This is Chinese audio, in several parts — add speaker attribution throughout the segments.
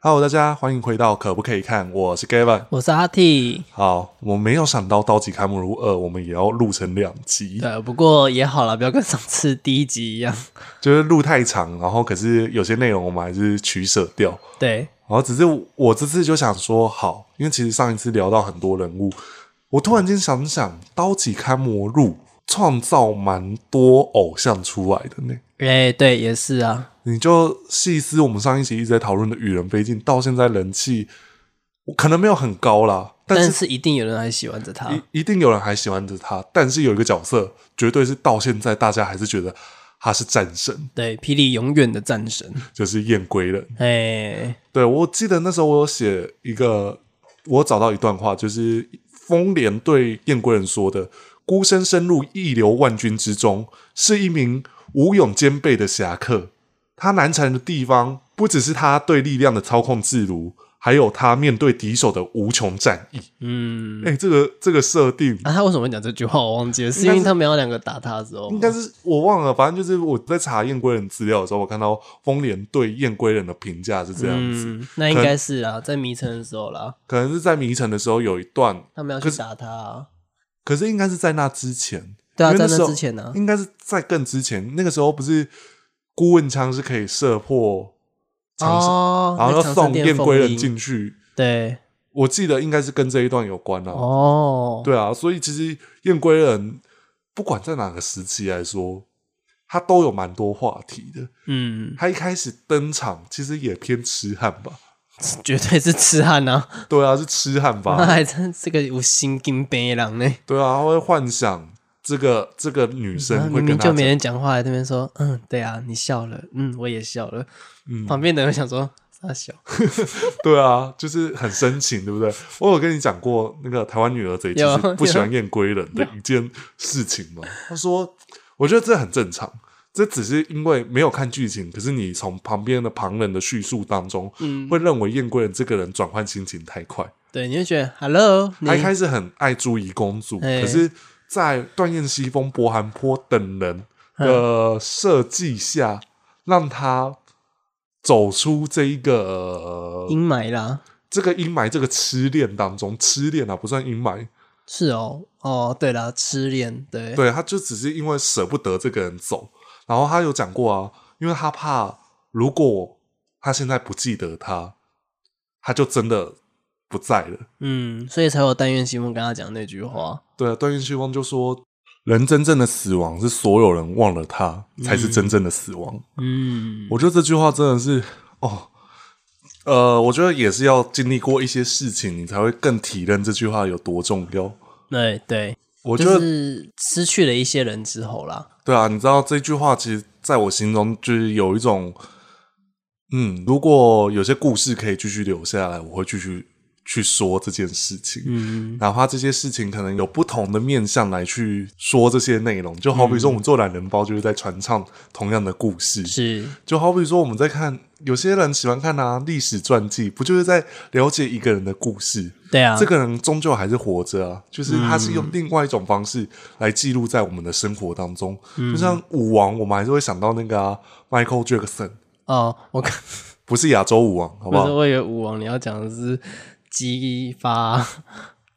Speaker 1: Hello，大家欢迎回到可不可以看？我是 Gavin。
Speaker 2: 我是阿 T，
Speaker 1: 好，我没有想到《刀戟开幕如二》，我们也要录成两集，
Speaker 2: 对，呃不过也好了，不要跟上次第一集一样。
Speaker 1: 就是录太长，然后可是有些内容我们还是取舍掉。
Speaker 2: 对，
Speaker 1: 然后只是我这次就想说，好，因为其实上一次聊到很多人物，我突然间想想，《刀戟开魔录》创造蛮多偶像出来的呢。
Speaker 2: 哎、对，也是啊，
Speaker 1: 你就细思我们上一集一直在讨论的《与人飞镜》，到现在人气我可能没有很高啦，但
Speaker 2: 但
Speaker 1: 是
Speaker 2: 是一定有人还喜欢着他。
Speaker 1: 一一定有人还喜欢着他，但是有一个角色，绝对是到现在大家还是觉得他是战神，
Speaker 2: 对，霹雳永远的战神。
Speaker 1: 就是燕归人。
Speaker 2: 哎、
Speaker 1: 对我记得那时候我有写一个，我找到一段话，就是丰莲对燕归人说的：“孤身深入一流万军之中，是一名武勇兼备的侠客。他难缠的地方，不只是他对力量的操控自如，还有他面对敌手的无穷战意。”
Speaker 2: 嗯，
Speaker 1: 哎、这个这个设定
Speaker 2: 啊，他为什么会讲这句话？我忘记了，是
Speaker 1: 应
Speaker 2: 因
Speaker 1: 该是
Speaker 2: 为他们要两个打他的时候吗
Speaker 1: 应。该是我忘了，反正就是我在查燕归人资料的时候，我看到丰莲对燕归人的评价是这样子，
Speaker 2: 嗯，那应该是啊，在迷城的时候啦，
Speaker 1: 可能是在迷城的时候有一段，
Speaker 2: 他们要去打他、啊。
Speaker 1: 可是应该是在那之前，
Speaker 2: 对啊，
Speaker 1: 因为
Speaker 2: 在
Speaker 1: 那时
Speaker 2: 那
Speaker 1: 候
Speaker 2: 之前呢、
Speaker 1: 应该是在更之前，那个时候不是顾问枪是可以射破长生，
Speaker 2: 哦，
Speaker 1: 然后
Speaker 2: 那
Speaker 1: 要
Speaker 2: 长
Speaker 1: 送
Speaker 2: 生殿
Speaker 1: 燕
Speaker 2: 封
Speaker 1: 归人
Speaker 2: 印。
Speaker 1: 进去，
Speaker 2: 对，
Speaker 1: 我记得应该是跟这一段有关啊。
Speaker 2: 哦，
Speaker 1: 对啊，所以其实燕归人不管在哪个时期来说，他都有蛮多话题的。
Speaker 2: 嗯，
Speaker 1: 他一开始登场其实也偏痴汉吧？
Speaker 2: 绝对是痴汉呐、啊，
Speaker 1: 对啊，是痴汉
Speaker 2: 他
Speaker 1: 吧？
Speaker 2: 还真是个有心经病的人呢。
Speaker 1: 对啊，他会幻想这个这个女
Speaker 2: 然后
Speaker 1: 生会
Speaker 2: 啊明
Speaker 1: 跟他
Speaker 2: 明就
Speaker 1: 讲
Speaker 2: 没人讲话，还在那边说，嗯，对啊，你笑了，嗯，我也笑了，
Speaker 1: 嗯
Speaker 2: 旁边的人想说 傻笑，
Speaker 1: 对啊，就是很深情，对不对？我有跟你讲过那个台湾女儿贼其
Speaker 2: 有
Speaker 1: 实不喜欢燕归人的一件事情吗？他说，我觉得这很正常。这只是因为没有看剧情，可是你从旁边的旁人的叙述当中，
Speaker 2: 嗯
Speaker 1: 会认为燕归人这个人转换心情太快。
Speaker 2: 对，你就觉得 hello，你哎
Speaker 1: 他一开始很爱朱怡公主，
Speaker 2: 嘿
Speaker 1: 可是，在段燕西风、博寒坡等人
Speaker 2: 嗯
Speaker 1: 的设计下，让他走出这一个、呃
Speaker 2: 阴霾啦，
Speaker 1: 这个阴霾、这个痴恋当中。痴恋啊，不算阴霾，
Speaker 2: 是哦，哦，对啦，痴恋，对，
Speaker 1: 对，他就只是因为舍不得这个人走。然后他有讲过啊，因为他怕如果他现在不记得他，他就真的不在了。
Speaker 2: 嗯，所以才有但愿西风跟他讲那句话，
Speaker 1: 对啊，段誉旭光就说，人真正的死亡是所有人忘了他，才是真正的死亡。
Speaker 2: 嗯，
Speaker 1: 我觉得这句话真的是，哦，呃，我觉得也是要经历过一些事情，你才会更体认这句话有多重要。
Speaker 2: 对对，
Speaker 1: 我觉得，
Speaker 2: 就是失去了一些人之后啦，
Speaker 1: 对啊，你知道这句话，其实在我心中就是有一种，嗯，如果有些故事可以继续留下来，我会继续去说这件事情。
Speaker 2: 嗯，
Speaker 1: 哪怕这些事情可能有不同的面向来去说这些内容，就好
Speaker 2: 嗯
Speaker 1: 比说我们做懒人包就是在传唱同样的故事，
Speaker 2: 是，
Speaker 1: 就好比说我们在看有些人喜欢看啊历史传记，不就是在了解一个人的故事？
Speaker 2: 对啊，嗯
Speaker 1: 这个人终究还是活着啊，就是他是用另外一种方式来记录在我们的生活当中，
Speaker 2: 嗯
Speaker 1: 就像舞王，我们还是会想到那个啊 Michael Jackson，
Speaker 2: 哦，我看，
Speaker 1: 不是亚洲舞王，好
Speaker 2: 不
Speaker 1: 不
Speaker 2: 是，
Speaker 1: 好？
Speaker 2: 我以为武王你要讲的是激发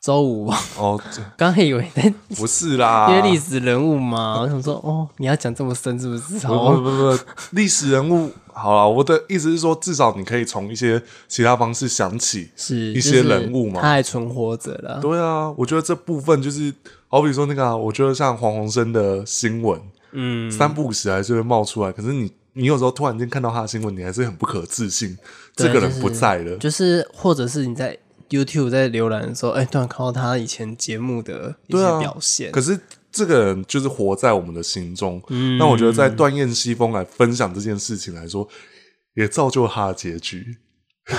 Speaker 2: 周武王，
Speaker 1: 哦，这
Speaker 2: 刚还以为在
Speaker 1: 不是啦，
Speaker 2: 因为历史人 物嘛，我想说，哦，你要讲这么深是不是？
Speaker 1: 不不
Speaker 2: 好，啊
Speaker 1: 不不，历史人物好了，我的意思是说，至少你可以从一些其他方式想起。
Speaker 2: 是
Speaker 1: 一些人物嘛
Speaker 2: 就是他还存活着了。
Speaker 1: 对啊，我觉得这部分就是，好比说那个、啊，我觉得像黄鸿升的新闻，
Speaker 2: 嗯，
Speaker 1: 三不五时还是会冒出来。可是你，你有时候突然间看到他的新闻，你还是很不可置信，这
Speaker 2: 对
Speaker 1: 个人
Speaker 2: 就是
Speaker 1: 不在了。
Speaker 2: 就是或者是你在 YouTube 在浏览的时候，哎，突然看到他以前节目的一
Speaker 1: 对啊
Speaker 2: 些表现，
Speaker 1: 可是这个人就是活在我们的心中。
Speaker 2: 嗯
Speaker 1: 那我觉得，在段燕西风来分享这件事情来说，也造就了他的结局。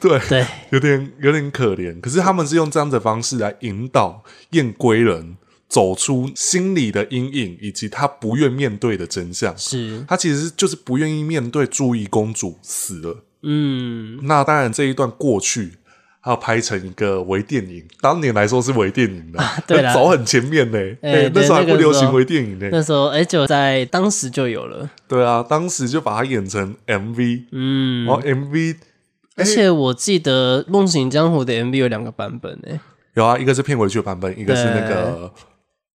Speaker 1: 对。
Speaker 2: 对，
Speaker 1: 有点有点可怜。可是他们是用这样的方式来引导燕归人走出心理的阴影，以及他不愿面对的真相。
Speaker 2: 是，
Speaker 1: 他其实就是不愿意面对朱怡公主死了。
Speaker 2: 嗯，
Speaker 1: 那当然，这一段过去，还要拍成一个微电影。当年来说是微电影的，
Speaker 2: 啊对啦
Speaker 1: 很早很前面呢、
Speaker 2: 哎
Speaker 1: 哎那
Speaker 2: 对
Speaker 1: 时候还不
Speaker 2: 那个
Speaker 1: 流
Speaker 2: 时候
Speaker 1: 行微电影呢、
Speaker 2: 那时候哎，就在当时就有了，
Speaker 1: 对啊，当时就把它演成 MV，、
Speaker 2: 嗯
Speaker 1: 然，后 MV 哎
Speaker 2: 而且我记得《梦醒江湖》的 MV 有两个版本哎诶、
Speaker 1: 有啊，一个是片尾曲版本，一个是那个，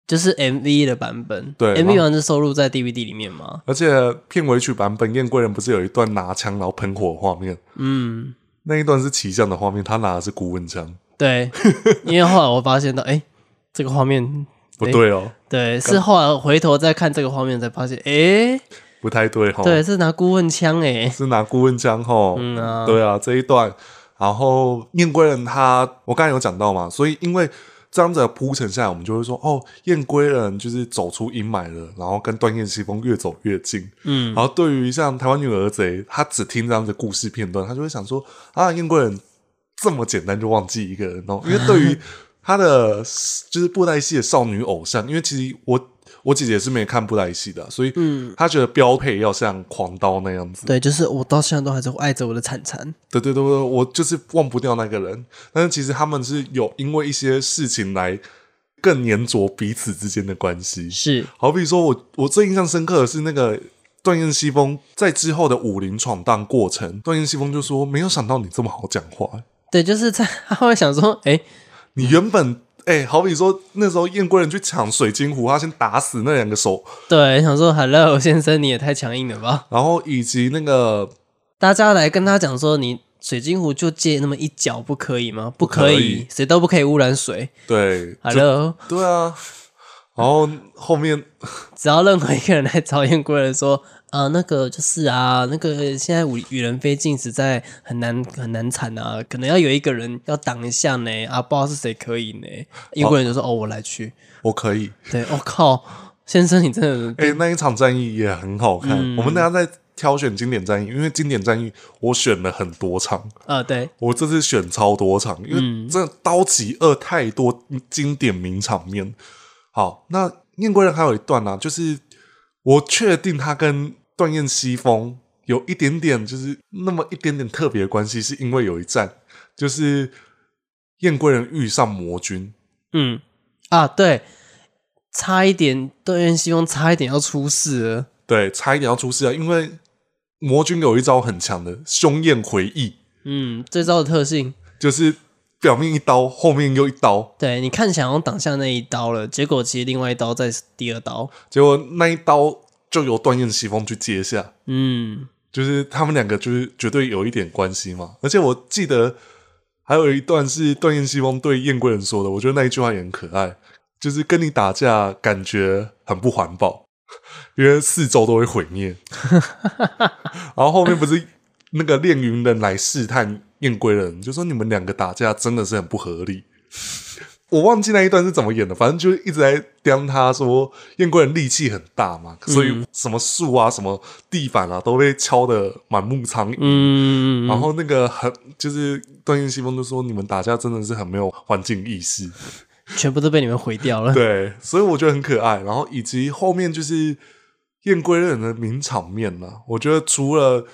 Speaker 2: 就是 MV 的版本。
Speaker 1: 对然后
Speaker 2: ，MV 完是收录在 DVD 里面嘛？
Speaker 1: 而且片尾曲版本燕贵人不是有一段拿枪然后喷火的画面，
Speaker 2: 嗯，
Speaker 1: 那一段是骑象的画面，他拿的是古文枪，
Speaker 2: 对，因为后来我发现到，哎、这个画面
Speaker 1: 不对哦，
Speaker 2: 对，是后来回头再看这个画面才发现，哎、
Speaker 1: 不太对哦，
Speaker 2: 对，是拿顾问枪哎、
Speaker 1: 是拿顾问枪吼，
Speaker 2: 嗯啊
Speaker 1: 对啊，这一段，然后燕归人他，我刚才有讲到嘛，所以因为这样子的铺陈下来，我们就会说，哦，燕归人就是走出阴霾了，然后跟断雁西风越走越近，
Speaker 2: 嗯，
Speaker 1: 然后对于像台湾女儿贼，他只听这样的故事片段，他就会想说，啊，燕归人这么简单就忘记一个人哦，因为对于他的就是布袋戏的少女偶像，因为其实我。我姐姐是没看布袋戏的，所以
Speaker 2: 嗯
Speaker 1: 她觉得标配要像狂刀那样子。
Speaker 2: 对，就是我到现在都还是爱着我的铲铲。
Speaker 1: 对对对对，我就是忘不掉那个人。但是其实他们是有因为一些事情来更粘着彼此之间的关系。
Speaker 2: 是，
Speaker 1: 好比说我我最印象深刻的是那个段燕西风在之后的武林闯荡过程，段燕西风就说：“没有想到你这么好讲话、
Speaker 2: 对，就是在他会想说，哎、
Speaker 1: 你原本哎、好比说那时候燕贵人去抢水晶壶，他先打死那两个手，
Speaker 2: 对，想说 Hello 先生，你也太强硬了吧？
Speaker 1: 然后以及那个
Speaker 2: 大家来跟他讲说，你水晶壶就借那么一角，不可以吗？不可
Speaker 1: 可
Speaker 2: 以
Speaker 1: 以，
Speaker 2: 谁都不可以污染水。
Speaker 1: 对
Speaker 2: Hello，
Speaker 1: 就对啊，然后后面
Speaker 2: 只要任何一个人来找燕贵人说，啊、那个就是啊，那个现在与与人非镜实在很难很难产啊，可能要有一个人要挡一下呢，啊，不知道是谁可以呢。燕贵人就说，哦，我来去。
Speaker 1: 我可以，
Speaker 2: 对，我、靠，先生，你真的
Speaker 1: 哎、那一场战役也很好看。我们大家在挑选经典战役，因为经典战役我选了很多场，
Speaker 2: 啊，对，
Speaker 1: 我这次选超多场，因为真的《刀戟二》太多经典名场面。好，那燕归人还有一段啊，就是我确定他跟段燕西风有一点点，就是那么一点点特别的关系，是因为有一战，就是燕归人遇上魔君，
Speaker 2: 嗯，啊，对，差一点，段燕西风差一点要出事了。
Speaker 1: 对，差一点要出事啊，因为魔君有一招很强的凶焰回忆。
Speaker 2: 嗯，这招的特性，
Speaker 1: 就是表面一刀，后面又一刀，
Speaker 2: 对你看想要挡下那一刀了，结果其实另外一刀在第二刀。
Speaker 1: 结果那一刀就由段燕西风去接下，
Speaker 2: 嗯，
Speaker 1: 就是他们两个就是绝对有一点关系嘛。而且我记得还有一段是段燕西风对燕贵人说的，我觉得那一句话也很可爱，就是跟你打架感觉很不环保，因为四周都会毁灭。然后后面不是那个炼云人来试探燕归人，就说你们两个打架真的是很不合理。我忘记那一段是怎么演的，反正就是一直在刁他说燕归人力气很大嘛，所以什么树啊、什么地板啊都被敲得满目苍痍。
Speaker 2: 嗯，
Speaker 1: 然后那个很就是段燕西风就说你们打架真的是很没有环境意识，
Speaker 2: 全部都被你们毁掉 了。
Speaker 1: 对，所以我觉得很可爱。然后以及后面就是燕归人的名场面了、我觉得除了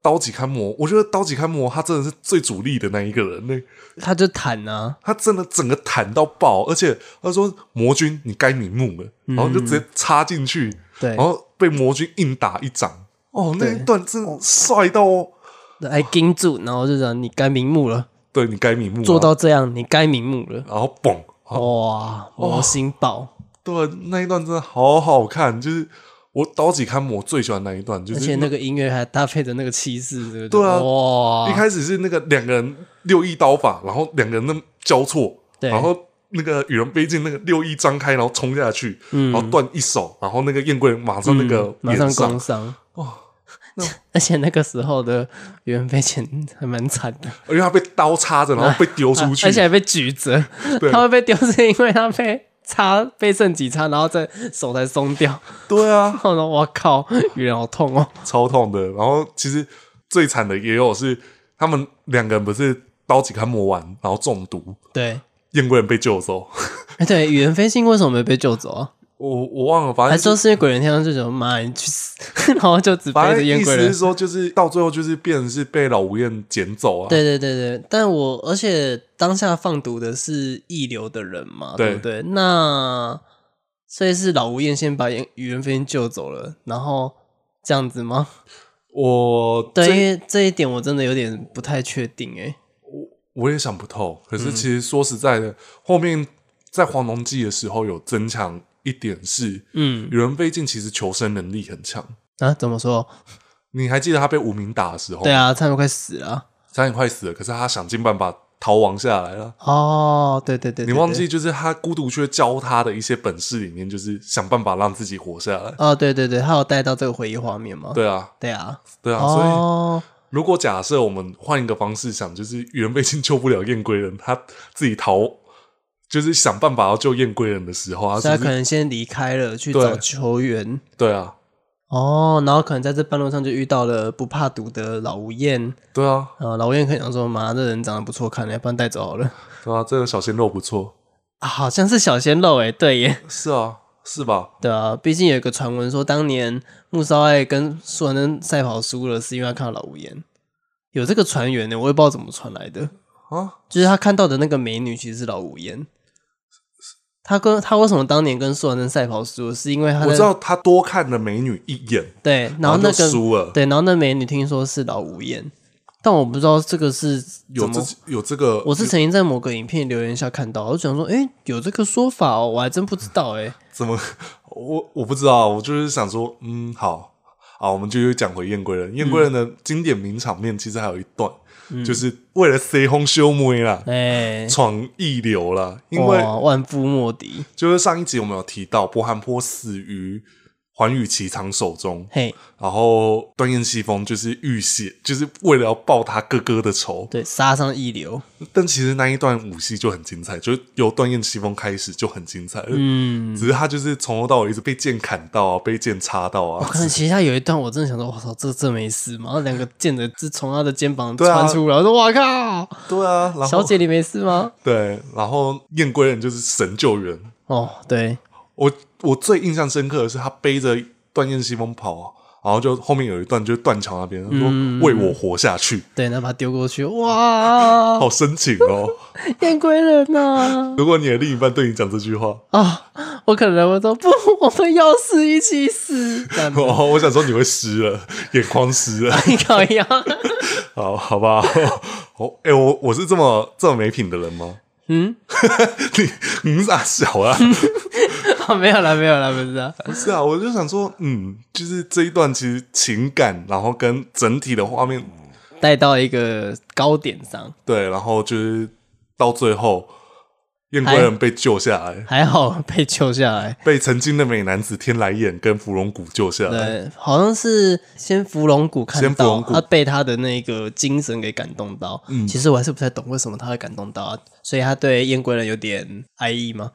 Speaker 1: 刀戟勘魔，我觉得刀戟勘魔他真的是最主力的那一个人那
Speaker 2: 他就坦啊，
Speaker 1: 他真的整个弹到爆，而且他说魔君你该瞑目了，然后就直接插进去，
Speaker 2: 对
Speaker 1: 然，后被魔君硬打一掌。哦，那一
Speaker 2: 对
Speaker 1: 段真的帅到哦！
Speaker 2: 还哎盯住，然后就讲你该瞑目了，
Speaker 1: 对你该瞑目啊，
Speaker 2: 做到这样，你该瞑目了。
Speaker 1: 然后嘣，哦
Speaker 2: 哇，魔心爆，
Speaker 1: 对，那一段真的好好看，就是我刀戟勘魔最喜欢那一段，就
Speaker 2: 而
Speaker 1: 是
Speaker 2: 且那个音乐还搭配着那个气势，对不对？
Speaker 1: 对啊一
Speaker 2: 哇，
Speaker 1: 开始是那个两个人六一刀法，然后两个人那么交错，
Speaker 2: 对
Speaker 1: 然后那个羽人飞进那个六一张开，然后冲下去，然后断一手，然后那个燕贵人马上那个
Speaker 2: 嗯马
Speaker 1: 脸
Speaker 2: 上
Speaker 1: 上，哦
Speaker 2: 工伤。
Speaker 1: 哇，
Speaker 2: 而且那个时候的袁飞前还蛮惨的，
Speaker 1: 因为他被刀插着，然后被丢出去，
Speaker 2: 而且还被举着
Speaker 1: 对。
Speaker 2: 他会被丢是因为他被插被剩几插，然后再手才松掉。
Speaker 1: 对啊，
Speaker 2: 然后我靠，雨人好痛哦。
Speaker 1: 超痛的。然后其实最惨的也有是他们两个人不是刀戟勘魔完，然后中毒，
Speaker 2: 对，
Speaker 1: 燕贵人被救走，
Speaker 2: 哎对，雨人飞信为什么没被救走啊？
Speaker 1: 我我忘了，反
Speaker 2: 还
Speaker 1: 正
Speaker 2: 说是因为鬼人天上就想妈你去死， 然后就只背
Speaker 1: 反
Speaker 2: 着
Speaker 1: 正
Speaker 2: 烟
Speaker 1: 意
Speaker 2: 鬼
Speaker 1: 思是
Speaker 2: 人。
Speaker 1: 说，就是到最后就是变成是被老吴燕捡走啊，
Speaker 2: 对对对对，但我而且当下放毒的是一流的人嘛，对
Speaker 1: 对
Speaker 2: 不对？那所以是老吴燕先把雨人飞信救走了，然后这样子吗？
Speaker 1: 我
Speaker 2: 对，
Speaker 1: 这
Speaker 2: 因为这一点我真的有点不太确定哎、
Speaker 1: 我也想不透。可
Speaker 2: 嗯
Speaker 1: 是其实说实在的，后面在黄龙记的时候有增强一点是，
Speaker 2: 嗯
Speaker 1: 宇文飞进其实求生能力很强。
Speaker 2: 啊，怎么说？
Speaker 1: 你还记得他被无名打的时候，
Speaker 2: 对，啊，差点快死了。
Speaker 1: 差点快死了，可是他想尽办法逃亡下来了。
Speaker 2: 哦，对对对
Speaker 1: 你
Speaker 2: 对
Speaker 1: 忘
Speaker 2: 对
Speaker 1: 记，就是他孤独却教他的一些本事里面，就是想办法让自己活下来。
Speaker 2: 哦，对对对，他有带到这个回忆画面吗？
Speaker 1: 对啊，
Speaker 2: 对啊，
Speaker 1: 对啊，所以
Speaker 2: 哦，
Speaker 1: 如果假设我们换一个方式想，就是原被进救不了燕归人，他自己逃，就是想办法要救燕归人的时候，
Speaker 2: 所以
Speaker 1: 他
Speaker 2: 他
Speaker 1: 是不
Speaker 2: 可
Speaker 1: 是
Speaker 2: 能先离开了去
Speaker 1: 对
Speaker 2: 找球员。
Speaker 1: 对啊，
Speaker 2: 哦，然后可能在这半路上就遇到了不怕毒的老吴燕，
Speaker 1: 对啊，
Speaker 2: 呃，老吴燕可能想说，妈，这人长得不错看，要不然带走好了。
Speaker 1: 对啊，这个小鲜肉不错，
Speaker 2: 啊，好像是小鲜肉诶、欸对耶，
Speaker 1: 是啊，是吧？
Speaker 2: 对啊，毕竟有一个传闻说，当年穆少爱跟苏文登赛跑输了，是因为他看到老吴燕，有这个传言呢，欸我也不知道怎么传来的，
Speaker 1: 啊，
Speaker 2: 就是他看到的那个美女其实是老吴燕。他跟他为什么当年跟苏文登赛跑输了，是因为他在
Speaker 1: 我知道他多看了美女一眼，
Speaker 2: 对，然后
Speaker 1: 后
Speaker 2: 那
Speaker 1: 就
Speaker 2: 个
Speaker 1: 输了，
Speaker 2: 对，然后那美女听说是老吴燕，但我不知道这个是
Speaker 1: 有
Speaker 2: 怎
Speaker 1: 这
Speaker 2: 么。
Speaker 1: 有这个，
Speaker 2: 我是曾经在某个影片留言下看到，我就想说，哎、有这个说法哦，我还真不知道哎、
Speaker 1: 怎么 我我不知道，我就是想说，嗯，好啊，我们就又讲回燕归人，燕归人的
Speaker 2: 嗯
Speaker 1: 经典名场面其实还有一段，就是为了塞轰修妹啦。
Speaker 2: 哎、
Speaker 1: 闯一流啦，因为
Speaker 2: 哇万夫莫敌，
Speaker 1: 就是上一集我们有提到，伯寒坡死于环宇齐长手中，
Speaker 2: 嘿，
Speaker 1: 然后段燕西风就是浴血，就是为了要报他哥哥的仇。
Speaker 2: 对，杀上一流，
Speaker 1: 但其实那一段武戏就很精彩，就是由段燕西风开始就很精彩，
Speaker 2: 嗯，
Speaker 1: 只是他就是从头到尾一直被剑砍到啊，被剑插到 啊，
Speaker 2: 可能其实他有一段我真的想说，我操，这这没事嘛，然后两个剑的是从他的肩膀
Speaker 1: 对啊
Speaker 2: 穿出来，我说哇靠，
Speaker 1: 对啊，然
Speaker 2: 小
Speaker 1: 后
Speaker 2: 姐你没事吗？对
Speaker 1: 对，然后燕归人就是神救援，
Speaker 2: 哦，对，
Speaker 1: 我我最印象深刻的是他背着段燕西风跑啊，然后就后面有一段就是断桥那边，他说
Speaker 2: 嗯
Speaker 1: 为我活下去，
Speaker 2: 对，然后把他丢过去， 哇，
Speaker 1: 好深情哦。
Speaker 2: 燕归人呐、
Speaker 1: 如果你的另一半对你讲这句话，
Speaker 2: 啊！我可能会说不， 我们要死一起死，这样子
Speaker 1: 哦，我想说你会湿了，眼眶湿了，
Speaker 2: 你搞一样。
Speaker 1: 好 好吧。哦，哎、我我是这么这么没品的人吗？
Speaker 2: 嗯，
Speaker 1: 你你咋小 啊？
Speaker 2: 啊，没有啦，没有啦，不是啊。
Speaker 1: 不是啊，我就想说，嗯，就是这一段其实情感，然后跟整体的画面嗯
Speaker 2: 带到一个高点上，
Speaker 1: 对，然后就是到最后，燕归人被救下来，
Speaker 2: 还好被救下来。
Speaker 1: 被曾经的美男子天来眼跟芙蓉谷救下来。
Speaker 2: 对，好像是先芙蓉谷看
Speaker 1: 先芙
Speaker 2: 到
Speaker 1: 蓉谷
Speaker 2: 他被他的那个精神给感动到。嗯，其实我还是不太懂为什么他会感动到、啊，所以他对燕归人有点爱意吗？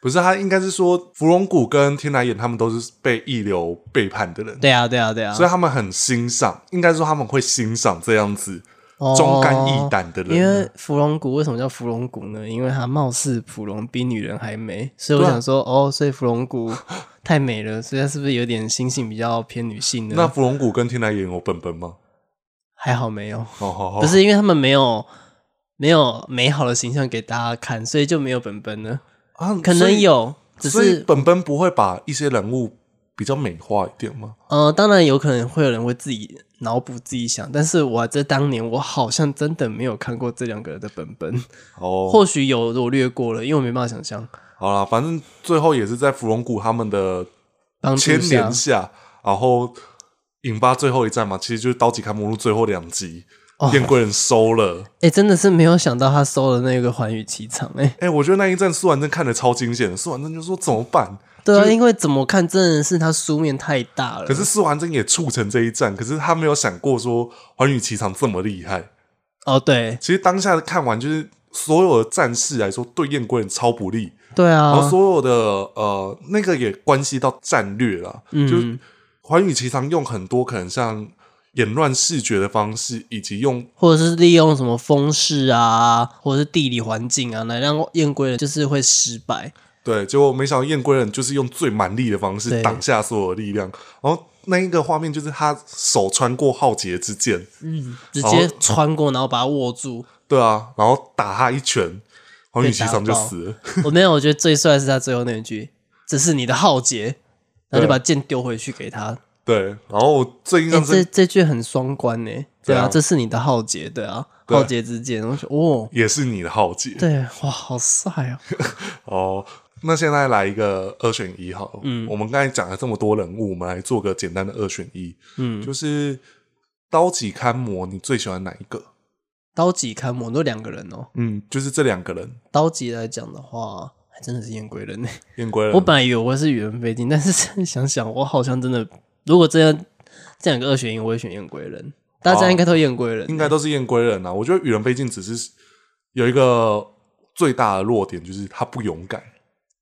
Speaker 1: 不是他，应该是说芙蓉谷跟天来眼他们都是被一流背叛的人，
Speaker 2: 对啊，对啊，对啊。
Speaker 1: 所以他们很欣赏，应该说他们会欣赏这样子
Speaker 2: 哦
Speaker 1: 忠肝义胆的
Speaker 2: 因
Speaker 1: 人。
Speaker 2: 为芙蓉谷为什么叫芙蓉谷呢？因为它貌似芙蓉比女人还美，所以我想
Speaker 1: 啊
Speaker 2: 说，哦，所以芙蓉谷太美了，所以它是不是有点心性比较偏女性呢？
Speaker 1: 那芙蓉谷跟天来眼有本本吗？
Speaker 2: 还好没有，
Speaker 1: 哦，好好
Speaker 2: 不，是因为他们没有没有美好的形象给大家看，所以就没有本本呢。
Speaker 1: 啊
Speaker 2: 可
Speaker 1: 所
Speaker 2: 能
Speaker 1: 以
Speaker 2: 有，只
Speaker 1: 所以
Speaker 2: 是
Speaker 1: 本本不会把一些人物比较美化一点吗？
Speaker 2: 呃，当然有可能会有人会自己脑补自己想，但是我在当年我好像真的没有看过这两个人的本本，
Speaker 1: 哦，
Speaker 2: 或许有我略过了，因为我没办法想象。
Speaker 1: 好啦，反正最后也是在芙蓉谷他们的
Speaker 2: 帮助
Speaker 1: 牵
Speaker 2: 下
Speaker 1: 连下，然后引发最后一战嘛，其实就是《刀戟开魔录》最后两集，
Speaker 2: 哦
Speaker 1: 燕贵人收了。
Speaker 2: 哎、真的是没有想到他收了那个环宇机场哎、
Speaker 1: 哎、我觉得那一战苏完真看的超惊险的，苏完真就说怎么办？
Speaker 2: 对啊，因为怎么看真的是他书面太大了。
Speaker 1: 可是苏完真也促成这一战，可是他没有想过说环宇奇场这么厉害。
Speaker 2: 哦，对
Speaker 1: 其实当下看完就是所有的战士来说，对燕贵人超不利，
Speaker 2: 对
Speaker 1: 然后
Speaker 2: 啊，
Speaker 1: 所有的呃那个也关系到战略啦，
Speaker 2: 嗯
Speaker 1: 就是环宇奇场用很多可能像演乱视觉的方式，以及用
Speaker 2: 或者是利用什么风势啊，或者是地理环境啊，来让燕归人就是会失败。
Speaker 1: 对，结果没想到燕归人就是用最蛮力的方式
Speaker 2: 对
Speaker 1: 挡下所有的力量，然后那一个画面就是他手穿过浩劫之剑，
Speaker 2: 直
Speaker 1: 哦
Speaker 2: 接穿过，然后把它握住。
Speaker 1: 对啊，然后打他一拳，黄宇奇长就死了，
Speaker 2: 我没有，我觉得最帅的是他最后那一句：“这是你的浩劫。”然后就
Speaker 1: 对
Speaker 2: 把剑丢回去给他。
Speaker 1: 对，然后我最印
Speaker 2: 欸
Speaker 1: 象
Speaker 2: 这
Speaker 1: 深
Speaker 2: 这句很双关呢、对
Speaker 1: 对啊
Speaker 2: 啊，这是你的浩劫，对啊，
Speaker 1: 对
Speaker 2: 浩劫之剑，我觉得哦，
Speaker 1: 也是你的浩劫
Speaker 2: 对，哇，好帅 哦，
Speaker 1: 哦。那现在来一个二选一好了，嗯，我们刚才讲了这么多人物，我们来做个简单的二选一，
Speaker 2: 嗯，
Speaker 1: 就是刀戟勘魔，你最喜欢哪一个？
Speaker 2: 刀戟看魔都两个人哦，
Speaker 1: 嗯，就是这两个人，
Speaker 2: 刀戟来讲的话，还真的是燕 归人呢、
Speaker 1: 燕归人。
Speaker 2: 我本来以为我是羽人飞进，但是现在想想，我好像真的，如果这样这两个二选一，我会选燕归人，大家应该都燕归人、
Speaker 1: 应该都是燕归人啊。我觉得与人非进只是有一个最大的弱点，就是他不勇敢。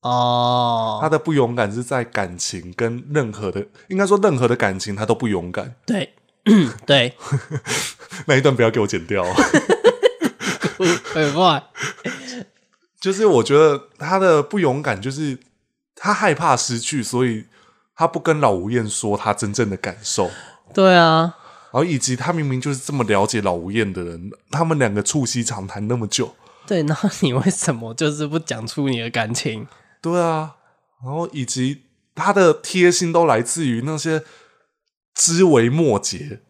Speaker 1: 他
Speaker 2: 哦，
Speaker 1: 的不勇敢是在感情跟任何的，应该说任何的感情他都不勇敢。
Speaker 2: 对 对，
Speaker 1: 那一段不要给我剪掉哦。
Speaker 2: 很坏，
Speaker 1: 就是我觉得他的不勇敢，就是他害怕失去，所以他不跟老吴燕说他真正的感受。
Speaker 2: 对啊，
Speaker 1: 然后以及他明明就是这么了解老吴燕的人，他们两个促膝长谈那么久，
Speaker 2: 对，然后你为什么就是不讲出你的感情？
Speaker 1: 对啊，然后以及他的贴心都来自于那些枝微末节，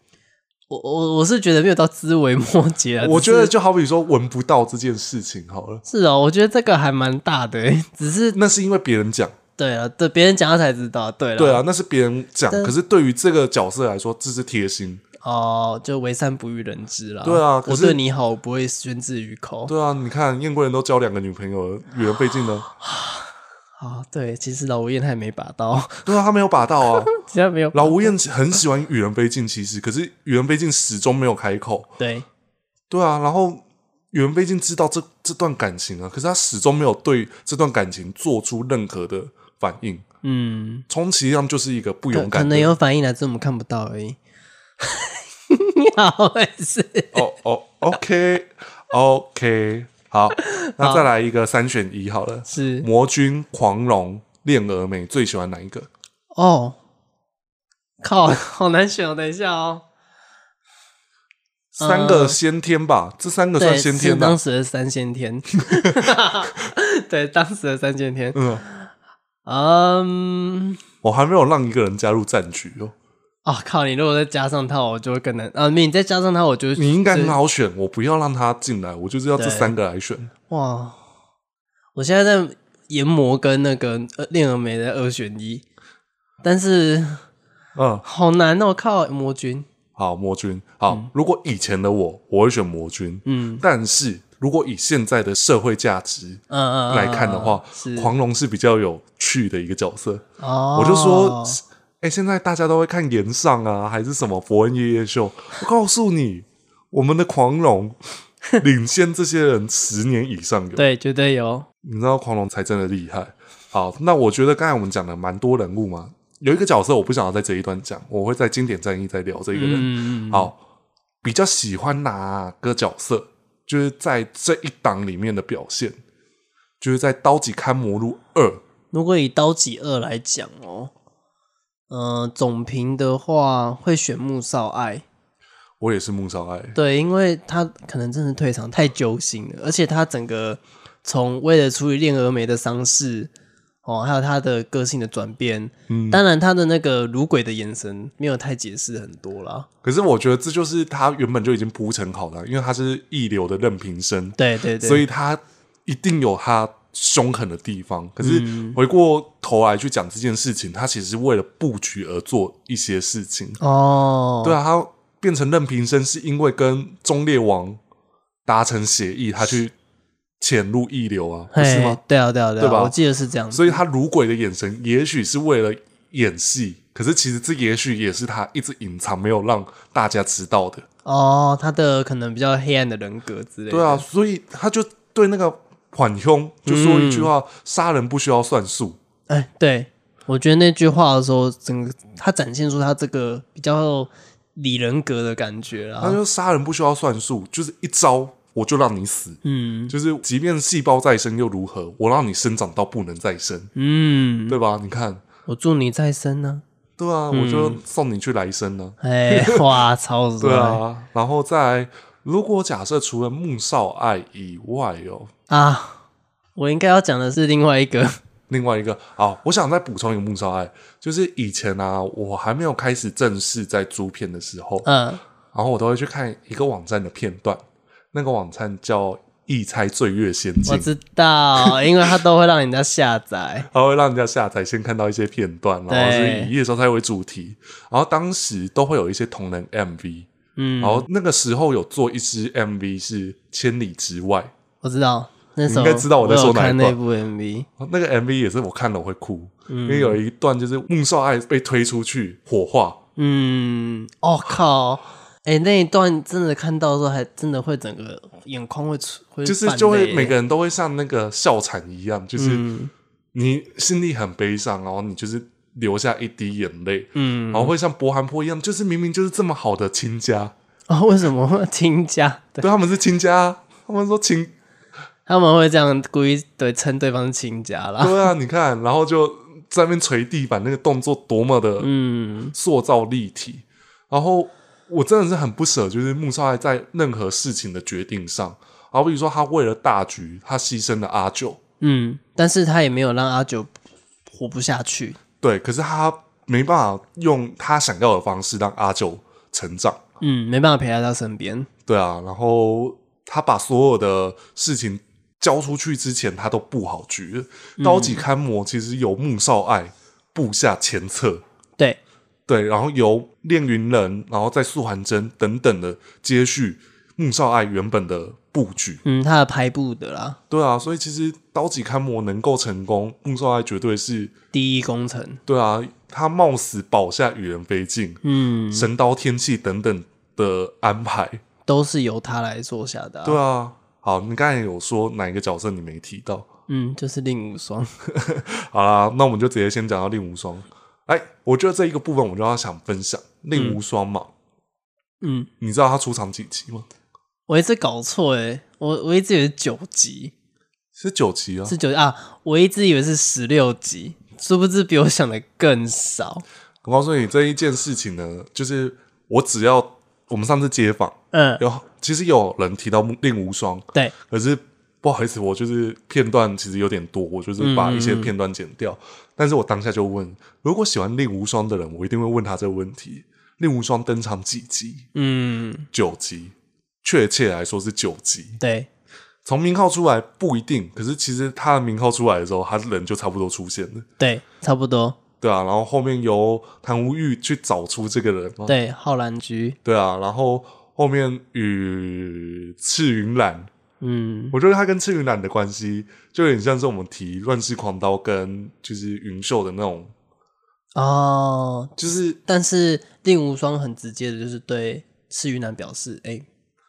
Speaker 2: 我我我是觉得没有到枝微末节啊，
Speaker 1: 我
Speaker 2: 只
Speaker 1: 觉
Speaker 2: 是
Speaker 1: 得就好比说闻不到这件事情好了，
Speaker 2: 是哦，我觉得这个还蛮大的欸，只是
Speaker 1: 那是因为别人讲，
Speaker 2: 对啊，对别人讲他才知道，对了，
Speaker 1: 对啊，那是别人讲，
Speaker 2: 但
Speaker 1: 可是对于这个角色来说，这是贴心，
Speaker 2: 哦，就为善不欲人知啦。
Speaker 1: 对啊可
Speaker 2: 我
Speaker 1: 是
Speaker 2: 对你好，我不会宣之于口。
Speaker 1: 对啊，你看燕贵人都交两个女朋友了，与人费劲呢，
Speaker 2: 啊，对，其实老吴燕他也没把刀，
Speaker 1: 对啊，他没有把到啊，
Speaker 2: 其他没有
Speaker 1: 老吴燕很喜欢与人非进，其实可是与人非进始终没有开口，
Speaker 2: 对
Speaker 1: 对啊，然后袁飞竟知道这这段感情啊，可是他始终没有对这段感情做出任何的反应。
Speaker 2: 嗯，
Speaker 1: 充其量就是一个不
Speaker 2: 可
Speaker 1: 勇
Speaker 2: 可
Speaker 1: 敢的
Speaker 2: 能有反应来，只是我们看不到而已。 你好，没事。
Speaker 1: 哦哦，OK OK，好，那再来一个三选一好了。
Speaker 2: 是
Speaker 1: 魔君、狂龙、恋娥美，最喜欢哪一个？
Speaker 2: 哦，靠，好难选哦，等一下哦。
Speaker 1: 三个先天吧，这三个算
Speaker 2: 嗯对，
Speaker 1: 先
Speaker 2: 是
Speaker 1: 天的、啊
Speaker 2: 当时的三 先天。对，当时的三先天。
Speaker 1: 嗯，
Speaker 2: 嗯，
Speaker 1: 我还没有让一个人加入战局哦。
Speaker 2: 啊靠！你如果再加上他，我就会更难。啊，你再加上他，我就
Speaker 1: 你应该
Speaker 2: 就
Speaker 1: 很好选，我不要让他进来，我就是要这
Speaker 2: 对
Speaker 1: 三个来选。
Speaker 2: 哇！我现在在研磨跟那个呃恋峨眉的二选一，但是
Speaker 1: 嗯，
Speaker 2: 好难哦！靠，魔君，
Speaker 1: 好，魔君。好，如果以前的我，我会选魔君。
Speaker 2: 嗯
Speaker 1: 但是如果以现在的社会价值
Speaker 2: 嗯嗯嗯
Speaker 1: 来看的话，
Speaker 2: 嗯是
Speaker 1: 狂龙是比较有趣的一个角色。
Speaker 2: 哦，
Speaker 1: 我就说，哎、现在大家都会看岩上啊，还是什么伯恩夜夜秀。我告诉你，我们的狂龙领先这些人十年以上有。
Speaker 2: 对，绝对有，
Speaker 1: 你知道狂龙才真的厉害。好，那我觉得刚才我们讲了蛮多人物嘛，有一个角色我不想要在这一段讲，我会在经典战役再聊这一个人。
Speaker 2: 嗯，嗯嗯
Speaker 1: 好，比较喜欢哪个角色？就是在这一档里面的表现，就是在《刀戟勘魔录二》
Speaker 2: 如果以刀戟二来讲哦，嗯，总评的话会选木少爱，
Speaker 1: 我也是穆少爱，
Speaker 2: 对，因为他可能真的退场太揪心了，而且他整个从为了处理恋峨眉的伤势，哦，还有他的个性的转变，
Speaker 1: 嗯，
Speaker 2: 当然他的那个如鬼的眼神没有太解释很多啦。
Speaker 1: 可是我觉得这就是他原本就已经铺陈好了，因为他是一流的任平生，
Speaker 2: 对对对，
Speaker 1: 所以他一定有他凶狠的地方。可是
Speaker 2: 嗯
Speaker 1: 回过头来去讲这件事情，他其实是为了布局而做一些事情。
Speaker 2: 哦，
Speaker 1: 对啊，他变成任平生是因为跟忠烈王达成协议，他去潜入一流啊，不
Speaker 2: 嘿，
Speaker 1: 是吗？
Speaker 2: 对啊对啊对啊，
Speaker 1: 对吧
Speaker 2: 我记得是这样子。
Speaker 1: 所以他如鬼的眼神，也许是为了演戏，可是其实这也许也是他一直隐藏，没有让大家知道的。
Speaker 2: 哦，他的可能比较黑暗的人格之类的。
Speaker 1: 对啊，所以他就对那个缓兄就说一句话：“杀人不需要算数。”
Speaker 2: 哎，对，我觉得那句话的时候，整个他展现出他这个比较理人格的感觉
Speaker 1: 他
Speaker 2: 啦。
Speaker 1: 就杀人不需要算数，就是一招我就让你死。
Speaker 2: 嗯
Speaker 1: 就是，即便细胞再生又如何？我让你生长到不能再生，
Speaker 2: 嗯，
Speaker 1: 对吧？你看，
Speaker 2: 我祝你再生呢、
Speaker 1: 对啊，我就送你去来生呢、
Speaker 2: 哎，哇，超帅！
Speaker 1: 对啊，然后再来如果假设除了穆少爱以外哦，
Speaker 2: 啊我应该要讲的是另外一个
Speaker 1: 另外一个啊，我想再补充一个木少爱，就是以前啊，我还没有开始正式在租片的时候，
Speaker 2: 嗯，
Speaker 1: 然后我都会去看一个网站的片段，那个网站叫《一猜罪月仙境
Speaker 2: 我》，知道，因为它都会让人家下载。
Speaker 1: 它会让人家下载，先看到一些片段，然后
Speaker 2: 对
Speaker 1: 是以夜烧菜为主题，然后当时都会有一些同人 MV，
Speaker 2: 嗯
Speaker 1: 然，后那个时候有做一支 MV 是《千里之外
Speaker 2: 我知道，那时候
Speaker 1: 你应该知道我在说哪一
Speaker 2: 有看
Speaker 1: 段
Speaker 2: 那部 MV，》，
Speaker 1: 那个 MV 也是我看了我会哭，
Speaker 2: 嗯
Speaker 1: 因为有一段就是孟少爱被推出去火化，
Speaker 2: 嗯，哦靠，哎、那一段真的看到的时候，还真的会整个眼眶会出，会
Speaker 1: 就是
Speaker 2: 泛
Speaker 1: 就
Speaker 2: 泪
Speaker 1: 会
Speaker 2: 耶
Speaker 1: 每个人都会像那个笑惨一样，就是
Speaker 2: 嗯
Speaker 1: 你心里很悲伤，然后你就是流下一滴眼泪，
Speaker 2: 嗯，
Speaker 1: 然后会像伯寒坡一样，就是明明就是这么好的亲家，
Speaker 2: 哦，为什么会亲家？对，
Speaker 1: 对他们是亲家啊，他们说亲，
Speaker 2: 他们会这样故意对称对方是亲家啦。
Speaker 1: 对啊，你看，然后就在那边捶地板那个动作多么的
Speaker 2: 嗯，
Speaker 1: 塑造立体，然后我真的是很不舍，就是穆少爱在任何事情的决定上，好比如说他为了大局，他牺牲了阿九，
Speaker 2: 嗯，但是他也没有让阿九活不下去。
Speaker 1: 对，可是他没办法用他想要的方式让阿九成长，
Speaker 2: 嗯，没办法陪在他身边。
Speaker 1: 对啊，然后他把所有的事情交出去之前，他都布好局。刀戟勘魔其实由穆少爱布下前策，
Speaker 2: 对，
Speaker 1: 对，然后由炼云人，然后再素还真等等的接续穆少爱原本的布局。
Speaker 2: 嗯，他的排布的啦，
Speaker 1: 对啊，所以其实刀戟勘魔能够成功，穆少爱绝对是
Speaker 2: 第一工程。
Speaker 1: 对啊，他冒死保下羽人飞进、
Speaker 2: 嗯，
Speaker 1: 神刀天气等等的安排。
Speaker 2: 都是由他来做下的、啊。
Speaker 1: 对啊，好，你刚才有说哪一个角色你没提到？
Speaker 2: 嗯，就是令无双。
Speaker 1: 好啦，那我们就直接先讲到令无双。哎，我觉得这一个部分我就要想分享令无双嘛。
Speaker 2: 嗯，
Speaker 1: 你知道他出场几集吗？
Speaker 2: 我一直搞错诶、我我一直以为是九集，
Speaker 1: 是九集啊。
Speaker 2: 是九啊，我一直以为是十六集，殊不知比我想的更少。
Speaker 1: 我告诉你这一件事情呢，就是我只要我们上次街访
Speaker 2: 嗯，
Speaker 1: 有，其实有人提到令无双，
Speaker 2: 对，
Speaker 1: 可是不好意思，我就是片段其实有点多，我就是把一些片段剪掉。但是我当下就问，如果喜欢令无双的人，我一定会问他这个问题：令无双登场几集？
Speaker 2: 嗯，
Speaker 1: 九集，确切来说是九集。
Speaker 2: 对，
Speaker 1: 从名号出来不一定，可是其实他的名号出来的时候，他人就差不多出现了，
Speaker 2: 对，差不多，
Speaker 1: 对啊。然后后面由谭无欲去找出这个人嘛，
Speaker 2: 对，浩然局，
Speaker 1: 对啊。然后后面与赤云染
Speaker 2: 嗯，
Speaker 1: 我觉得他跟赤云染的关系就有点像是我们提《乱世狂刀》跟就是云秀的那种，
Speaker 2: 哦，
Speaker 1: 就是
Speaker 2: 但是令无双很直接的，就是对赤云南表示，哎、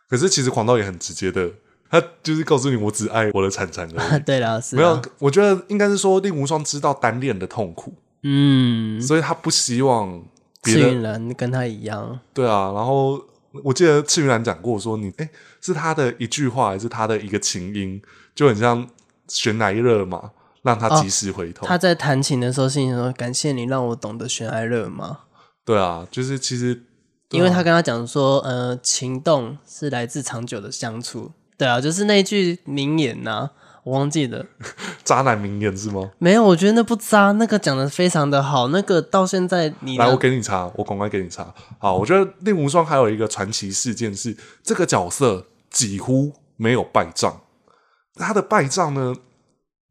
Speaker 1: 可是其实狂刀也很直接的，他就是告诉你我只爱我的铲铲而已。
Speaker 2: 对啦，是啊
Speaker 1: 没有
Speaker 2: 啦，，
Speaker 1: 我觉得应该是说令无双知道单恋的痛苦，
Speaker 2: 嗯，
Speaker 1: 所以他不希望别
Speaker 2: 赤
Speaker 1: 人
Speaker 2: 云南跟他一样，
Speaker 1: 对啊。然后我记得赤云染讲过说你哎、是他的一句话还是他的一个琴音，就很像悬崖勒马，让他及时回头。
Speaker 2: 哦他在弹琴的时候，心里说：“感谢你让我懂得悬崖勒马。
Speaker 1: 对啊，就是其实对啊
Speaker 2: 因为他跟他讲说，呃，情动是来自长久的相处。对啊，就是那一句名言呐、我忘记了。
Speaker 1: 渣男名言是吗？
Speaker 2: 没有，我觉得那不渣，那个讲的非常的好，那个到现在你
Speaker 1: 来，
Speaker 2: 拿
Speaker 1: 我给你查，我赶快给你查。好，我觉得令无双还有一个传奇事件是，这个角色几乎没有败仗，他的败仗呢，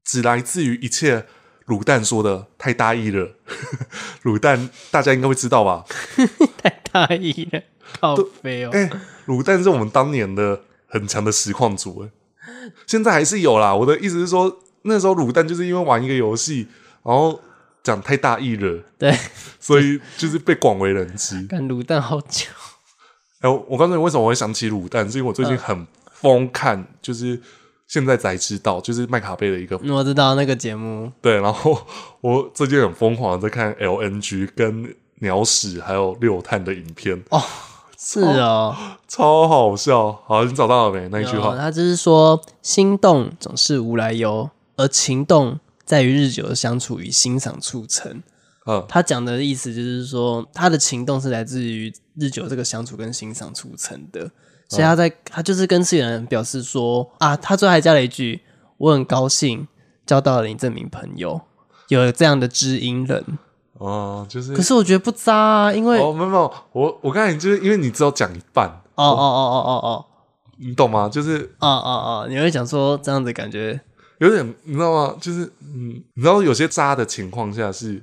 Speaker 1: 只来自于一切卤蛋说的太大意了。 卤蛋大家应该会知道吧？
Speaker 2: 太大意了，靠背哦。
Speaker 1: 哎、卤蛋是我们当年的很强的实况组、哎，现在还是有啦。我的意思是说，那时候卤蛋就是因为玩一个游戏，然后讲太大意了，
Speaker 2: 对，
Speaker 1: 所以就是被广为人知。
Speaker 2: 干卤蛋好久。
Speaker 1: 哎、我我告诉你为什么我会想起卤蛋，是因为我最
Speaker 2: 嗯
Speaker 1: 近很疯看，就是现在才知道，就是麦卡贝的一个、
Speaker 2: 嗯我知道那个节目，
Speaker 1: 对，然后我最近很疯狂的在看 LNG 跟鸟屎还有六探的影片，
Speaker 2: 是哦。
Speaker 1: 超好笑。好，你找到了没那一句
Speaker 2: 有啊
Speaker 1: 话？
Speaker 2: 哦他就是说，心动总是无来由，而情动在于日久的相处与欣赏促成。
Speaker 1: 嗯，
Speaker 2: 他讲的意思就是说，他的情动是来自于日久这个相处跟欣赏促成的，所以他在、他就是跟世人表示说啊，他最后还加了一句：“我很高兴交到了你这名朋友。”有这样的知音人。
Speaker 1: 哦、就是
Speaker 2: 可是我觉得不渣啊，因为哦
Speaker 1: 哦，没有没有，我我刚才就是因为你只有讲一半，
Speaker 2: 哦哦哦哦
Speaker 1: 你懂吗？就是
Speaker 2: 哦哦哦哦，你会讲说这样子感觉
Speaker 1: 有点，你知道吗？就是嗯，你知道有些渣的情况下是，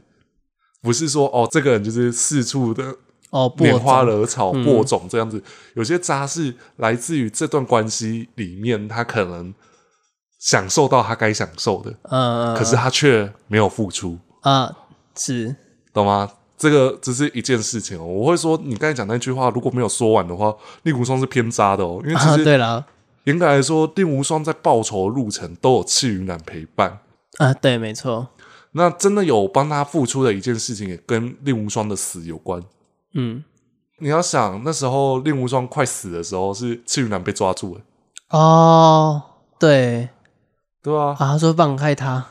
Speaker 1: 不是说哦，这个人就是四处的
Speaker 2: 哦不
Speaker 1: 拈花惹草、
Speaker 2: 嗯
Speaker 1: 播种这样子。有些渣是来自于这段关系里面，他可能享受到他该享受的，
Speaker 2: 呃
Speaker 1: 可是他却没有付出，
Speaker 2: 啊是
Speaker 1: 懂吗？这个只是一件事情哦。我会说，你刚才讲那句话如果没有说完的话，令狐冲是偏渣的哦，因为其
Speaker 2: 啊
Speaker 1: 实
Speaker 2: 对了
Speaker 1: 严格来说，令无双在报仇的路程都有赤云南陪伴。
Speaker 2: 啊对没错
Speaker 1: 那真的有帮他付出的一件事情，也跟令无双的死有关。
Speaker 2: 嗯
Speaker 1: 你要想，那时候令无双快死的时候，是赤云南被抓住了，
Speaker 2: 哦对
Speaker 1: 对啊，
Speaker 2: 啊他说放开他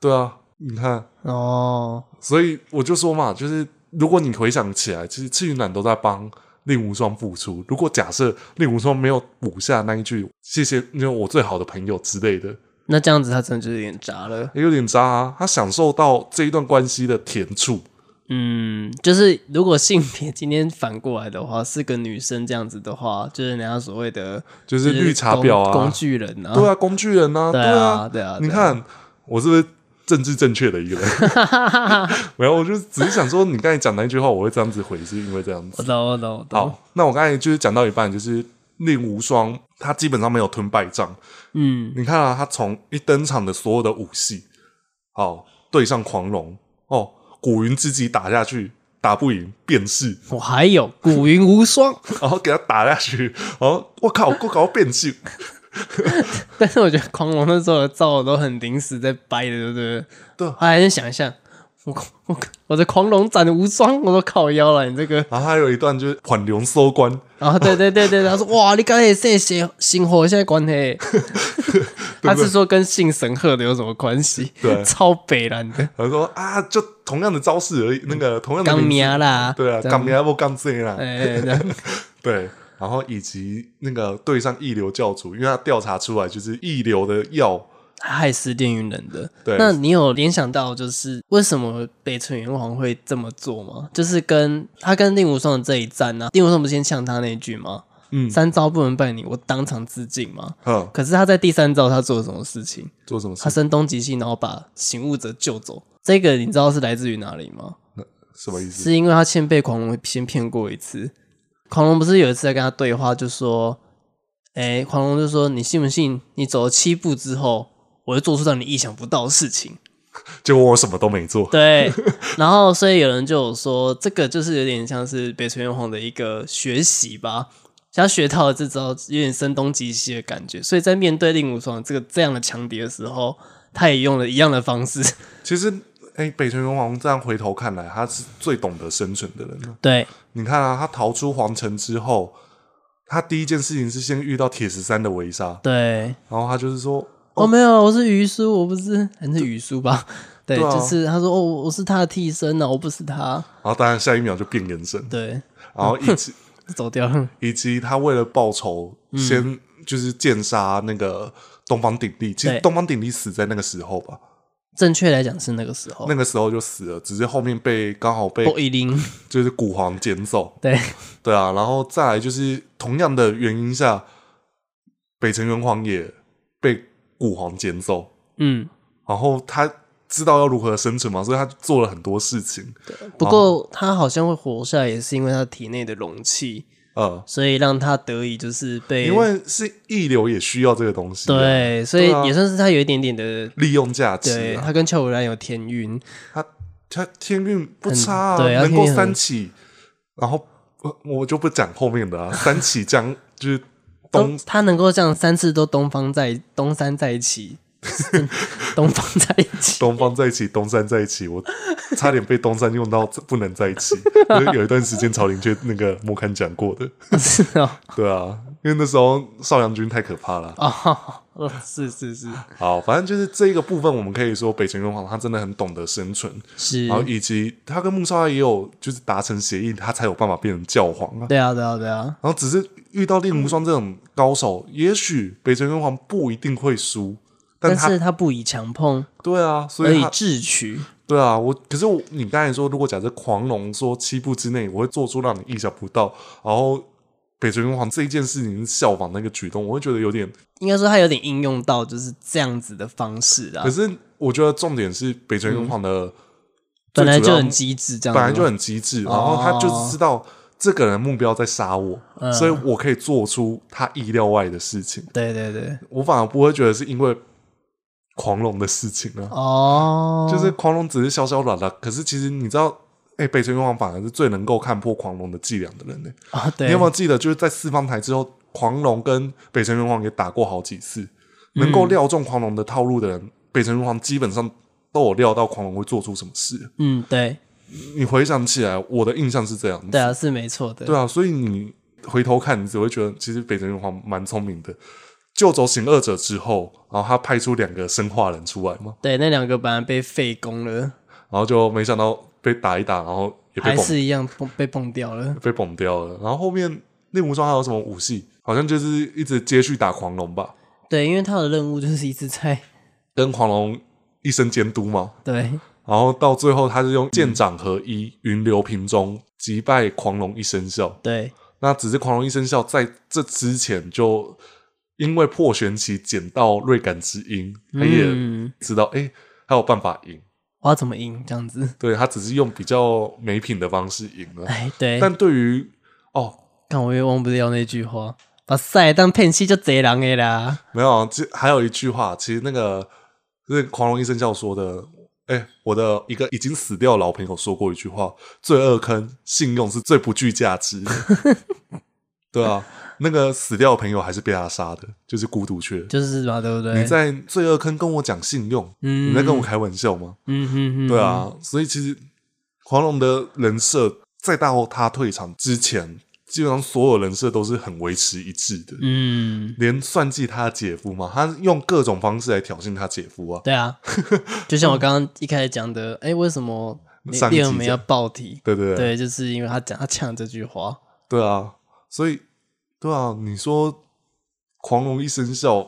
Speaker 1: 对啊，你看，
Speaker 2: 哦
Speaker 1: 所以我就说嘛，就是如果你回想起来，其实赤云南都在帮令无双付出。如果假设令无双没有补下那一句“谢谢，因为我最好的朋友”之类的，
Speaker 2: 那这样子他真的就是有点渣了。
Speaker 1: 也有点渣啊。他享受到这一段关系的甜处，
Speaker 2: 嗯，就是如果性别今天反过来的话，是个女生这样子的话，就是人家所谓的
Speaker 1: 就是绿茶婊啊，
Speaker 2: 工工具人啊，
Speaker 1: 对啊，工具人啊，
Speaker 2: 对
Speaker 1: 啊，
Speaker 2: 啊对啊对啊
Speaker 1: 你看我是不是政治正确的一个人？ 没有，我就只是想说，你刚才讲那一句话，我会这样子回，是因为这样子
Speaker 2: 我。懂我懂我懂。
Speaker 1: 好，那我刚才就是讲到一半，就是令无双，他基本上没有吞败仗。
Speaker 2: 嗯
Speaker 1: 你看啊，他从一登场的所有的武戏，好对上狂龙，哦，古云之己打下去打不赢，便是，
Speaker 2: 我还有古云无双，
Speaker 1: 然后给他打下去，然后我靠，我搞到变性，
Speaker 2: 但是我觉得狂龙那时候的造都很临时在掰的，对不对？
Speaker 1: 对
Speaker 2: 我还在想一下，我我我的狂龙斩无双，我都靠腰了，你这个
Speaker 1: 然后还有一段就是缓龙收官，
Speaker 2: 啊，对对对对，他说哇，你刚才也是写星火现在关 黑，他是说跟性神赫的有什么关系？
Speaker 1: 对
Speaker 2: 超北蓝的，
Speaker 1: 他说啊，就同样的招式而已，那个同样的
Speaker 2: 刚
Speaker 1: 名字
Speaker 2: 嗯喵啦，
Speaker 1: 对啊，
Speaker 2: 这
Speaker 1: 干
Speaker 2: 样，
Speaker 1: 咩不干这啦，
Speaker 2: 哎，这样
Speaker 1: 对，然后以及那个对上一流教主，因为他调查出来就是一流的药，
Speaker 2: 他害死电云人的。
Speaker 1: 对
Speaker 2: 那你有联想到就是为什么北村元皇会这么做吗？就是跟他跟令无双的这一战呢、啊，令无双不是先呛他那一句吗？
Speaker 1: 嗯
Speaker 2: 三招不能拜你，我当场自尽吗？
Speaker 1: 哼，
Speaker 2: 可是他在第三招他做了什么事情？
Speaker 1: 做什么
Speaker 2: 他
Speaker 1: 事？
Speaker 2: 声东击西，然后把醒悟者救走。这个你知道是来自于哪里吗？
Speaker 1: 什么意思？
Speaker 2: 是因为他先被狂龙先骗过一次。狂龙不是有一次在跟他对话，就说：“哎、狂龙就说你信不信？你走了七步之后，我会做出让你意想不到的事情。
Speaker 1: 结果我什么都没”做，
Speaker 2: 对，然后所以有人就有说，这个就是有点像是北村元皇的一个学习吧。他学到了这招，有点声东击西的感觉，所以在面对令武双这个这样的强敌的时候，他也用了一样的方式。
Speaker 1: 其实。哎，北辰元皇这样回头看来，他是最懂得生存的人了。
Speaker 2: 对，
Speaker 1: 你看啊，他逃出皇城之后，他第一件事情是先遇到铁十三的围杀，
Speaker 2: 对，
Speaker 1: 然后他就是说，
Speaker 2: 哦，没有，我是鱼叔，我不是，还是鱼叔吧？对，
Speaker 1: 对啊
Speaker 2: 就是他说哦，我我是他的替身啊呢、我不是他，
Speaker 1: 然后啊当然下一秒就变眼神，
Speaker 2: 对，
Speaker 1: 然后一 直
Speaker 2: 走掉了。
Speaker 1: 以及他为了报仇，
Speaker 2: 嗯
Speaker 1: 先就是剑杀那个东方鼎立。其
Speaker 2: 对
Speaker 1: 实东方鼎立死在那个时候吧，
Speaker 2: 正确来讲是那个时候
Speaker 1: 那，个时候就死了，只是后面被刚好被
Speaker 2: 不一定，
Speaker 1: 就是古皇捡走。
Speaker 2: 对，
Speaker 1: 对啊，然后再来就是同样的原因下，北辰元皇也被古皇捡走，
Speaker 2: 嗯。
Speaker 1: 然后他知道要如何生存嘛，所以他做了很多事情。
Speaker 2: 不
Speaker 1: 哦
Speaker 2: 过他好像会活下来，也是因为他体内的容器，
Speaker 1: 呃，
Speaker 2: 所以让他得以就是被
Speaker 1: 因为是一流也需要这个东西、啊，，
Speaker 2: 对，所以
Speaker 1: 对啊
Speaker 2: 也算是他有一点点的，
Speaker 1: 利用价值、
Speaker 2: 对
Speaker 1: 啊。
Speaker 2: 他跟邱武兰有天运，
Speaker 1: 他他天运不差、啊，
Speaker 2: 很对他
Speaker 1: 能够
Speaker 2: 天运很
Speaker 1: 三起，然后我我就不讲后面的啊，三起将就是
Speaker 2: 东
Speaker 1: 东
Speaker 2: 他能够这样三次都东方在东山再起， 东方在一 起，
Speaker 1: 东方在一起，东山在一起，我差点被东山用到不能在一 起，就是有一段时间曹林却那个莫刊讲过的，
Speaker 2: 是哦，
Speaker 1: 对啊，因为那时候少阳君太可怕 了。
Speaker 2: 哦，是是是
Speaker 1: 好，反正就是这一个部分，我们可以说北辰元皇他真的很懂得生存，
Speaker 2: 是
Speaker 1: 然，后以及他跟穆少亚也有就是达成协议，他才有办法变成教皇啊。
Speaker 2: 对啊对啊对啊，
Speaker 1: 然后只是遇到令无双这种高手，也许北辰元皇不一定会输，但
Speaker 2: 但
Speaker 1: 他
Speaker 2: 是他不以强碰，
Speaker 1: 对啊，所
Speaker 2: 而
Speaker 1: 以
Speaker 2: 以
Speaker 1: 他
Speaker 2: 智取，
Speaker 1: 对啊，我可是我你刚才说，如果假设狂龙说七步之内我会做出让你意想不到，然后北辰天皇这一件事情是效仿那个举动，我会觉得有点。
Speaker 2: 应该说它有点应用到就是这样子的方式啊嗯
Speaker 1: 可，是我觉得重点是北辰天皇的最
Speaker 2: 本
Speaker 1: 主要、
Speaker 2: 来就很机智，这样
Speaker 1: 本来
Speaker 2: 子
Speaker 1: 就
Speaker 2: 吗
Speaker 1: 很机智，然后他就是知道这个人目标在杀我，
Speaker 2: 哦
Speaker 1: 所以我可以做出他意料外的事情。
Speaker 2: 对对对，
Speaker 1: 我反而不会觉得是因为狂龙的事情啊，
Speaker 2: 哦，
Speaker 1: 就是狂龙只是小小软了，可是其实你知道，哎、北辰天皇反而是最能够看破狂龙的伎俩的人呢、
Speaker 2: 啊，对，
Speaker 1: 你有没有记得，就是在四方台之后，狂龙跟北辰元皇也打过好几次，
Speaker 2: 嗯
Speaker 1: 能够料中狂龙的套路的人，北辰元皇基本上都有料到狂龙会做出什么事。
Speaker 2: 嗯，对，
Speaker 1: 你回想起来，我的印象是这样子。
Speaker 2: 对啊，是没错
Speaker 1: 嗯
Speaker 2: 的，
Speaker 1: 对啊，所以你回头看，你只会觉得其实北辰元皇蛮聪明的。救走行恶者之后，然后他派出两个生化人出来嘛，
Speaker 2: 对，那两个本来被废攻了，
Speaker 1: 然后就没想到被打一打，然后也被
Speaker 2: 还
Speaker 1: 崩
Speaker 2: 是一样崩被崩掉了。
Speaker 1: 被崩掉了。然后后面令狐冲还有什么武戏，好像就是一直接续打狂龙吧。
Speaker 2: 对，因为他的任务就是一直在
Speaker 1: 跟狂龙一生监督嘛。
Speaker 2: 对
Speaker 1: 然后到最后，他是用剑掌合一、
Speaker 2: 嗯
Speaker 1: 云流平中击败狂龙一生效。
Speaker 2: 对
Speaker 1: 那只是狂龙一生效在这之前就因为破玄棋捡到瑞感之音，他也
Speaker 2: 嗯，
Speaker 1: 知道哎、诶他有办法赢。
Speaker 2: 我要怎么赢这样子？
Speaker 1: 对他只是用比较没品的方式赢了。
Speaker 2: 哎，对，
Speaker 1: 但对于哦，
Speaker 2: 看我又忘不掉那句话，把赛当骗戏就贼狼的啦。
Speaker 1: 没有啊，这还有一句话，其实那个是狂龙医生教说的。哎、我的一个已经死掉的老朋友说过一句话：“罪恶坑，信用是最不具价值 的。”对啊，那个死掉的朋友还是被他杀的，就是孤独雀。
Speaker 2: 就是嘛，对不对？
Speaker 1: 你在罪恶坑跟我讲信用，
Speaker 2: 嗯
Speaker 1: 你在跟我开玩笑吗？
Speaker 2: 嗯哼哼，
Speaker 1: 对啊，所以其实狂龙的人设，在到他退场之前，基本上所有人设都是很维持一致的。
Speaker 2: 嗯，
Speaker 1: 连算计他姐夫嘛，他用各种方式来挑衅他姐夫啊。
Speaker 2: 对啊，就像我刚刚一开始讲的，哎，为什么
Speaker 1: 上一集
Speaker 2: 猎人们要爆体？
Speaker 1: 对对对
Speaker 2: 对，就是因为他讲他呛这句话，
Speaker 1: 对啊，所以对啊，你说狂龙一生效，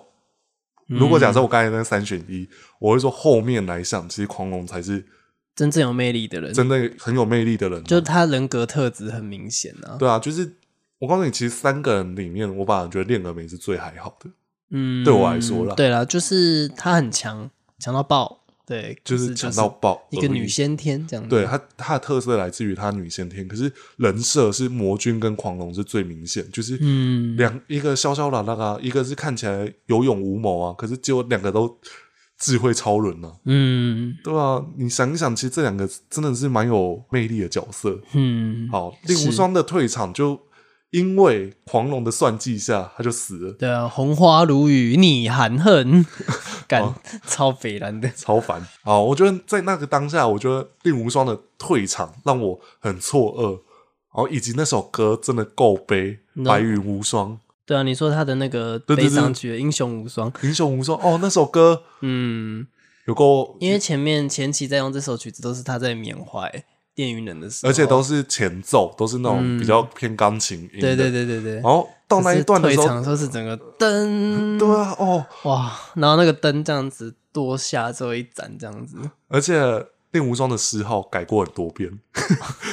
Speaker 2: 嗯
Speaker 1: 如果假设我刚才那三选一，我会说后面来想，其实狂龙才是
Speaker 2: 真正有魅力的人，
Speaker 1: 真的很有魅力的人。啊
Speaker 2: 就他人格特质很明显啊。
Speaker 1: 对啊，就是我告诉你，其实三个人里面，我反而觉得练峨眉是最还好的，
Speaker 2: 嗯，
Speaker 1: 对我来说啦
Speaker 2: 对啦，就是他很强，强到爆，对，
Speaker 1: 就
Speaker 2: 可
Speaker 1: 是
Speaker 2: 是
Speaker 1: 强到爆而已，
Speaker 2: 一个女先天这样子。
Speaker 1: 对她，她的特色来自于她女先天，可是人设是魔君跟狂龙是最明显，就是
Speaker 2: 嗯，
Speaker 1: 两一个潇潇啦啦啊，一个是看起来有勇无谋啊，可是结果两个都智慧超人啊，
Speaker 2: 嗯
Speaker 1: 对啊，你想一想，其实这两个真的是蛮有魅力的角色。
Speaker 2: 嗯，
Speaker 1: 好，令狐冲的退场就因为狂龙的算计下，他就死了，
Speaker 2: 对啊，红花如雨，你 含恨，感、超北蓝的。
Speaker 1: 超烦。好，我觉得在那个当下，我觉得令狐冲的退场让我很错愕，然后以及那首歌真的够悲，
Speaker 2: No
Speaker 1: 白云无双，
Speaker 2: 对啊，你说他的那个
Speaker 1: 对对对
Speaker 2: 悲伤曲《英雄无双》，
Speaker 1: 英雄无双。哦，那首歌
Speaker 2: 嗯，
Speaker 1: 有够
Speaker 2: 因为前面前期在用这首曲子都是他在缅怀电云人的时候，
Speaker 1: 而且都是前奏，都是那种比较偏钢琴音、的。
Speaker 2: 嗯对对对对对。
Speaker 1: 然后哦到那一段的时
Speaker 2: 可是退
Speaker 1: 候
Speaker 2: 场，嗯时候是整个灯
Speaker 1: 对啊，哦，
Speaker 2: 哇，然后那个灯这样子多下之后一盏这样子，
Speaker 1: 而且令狐冲的诗号改过很多遍，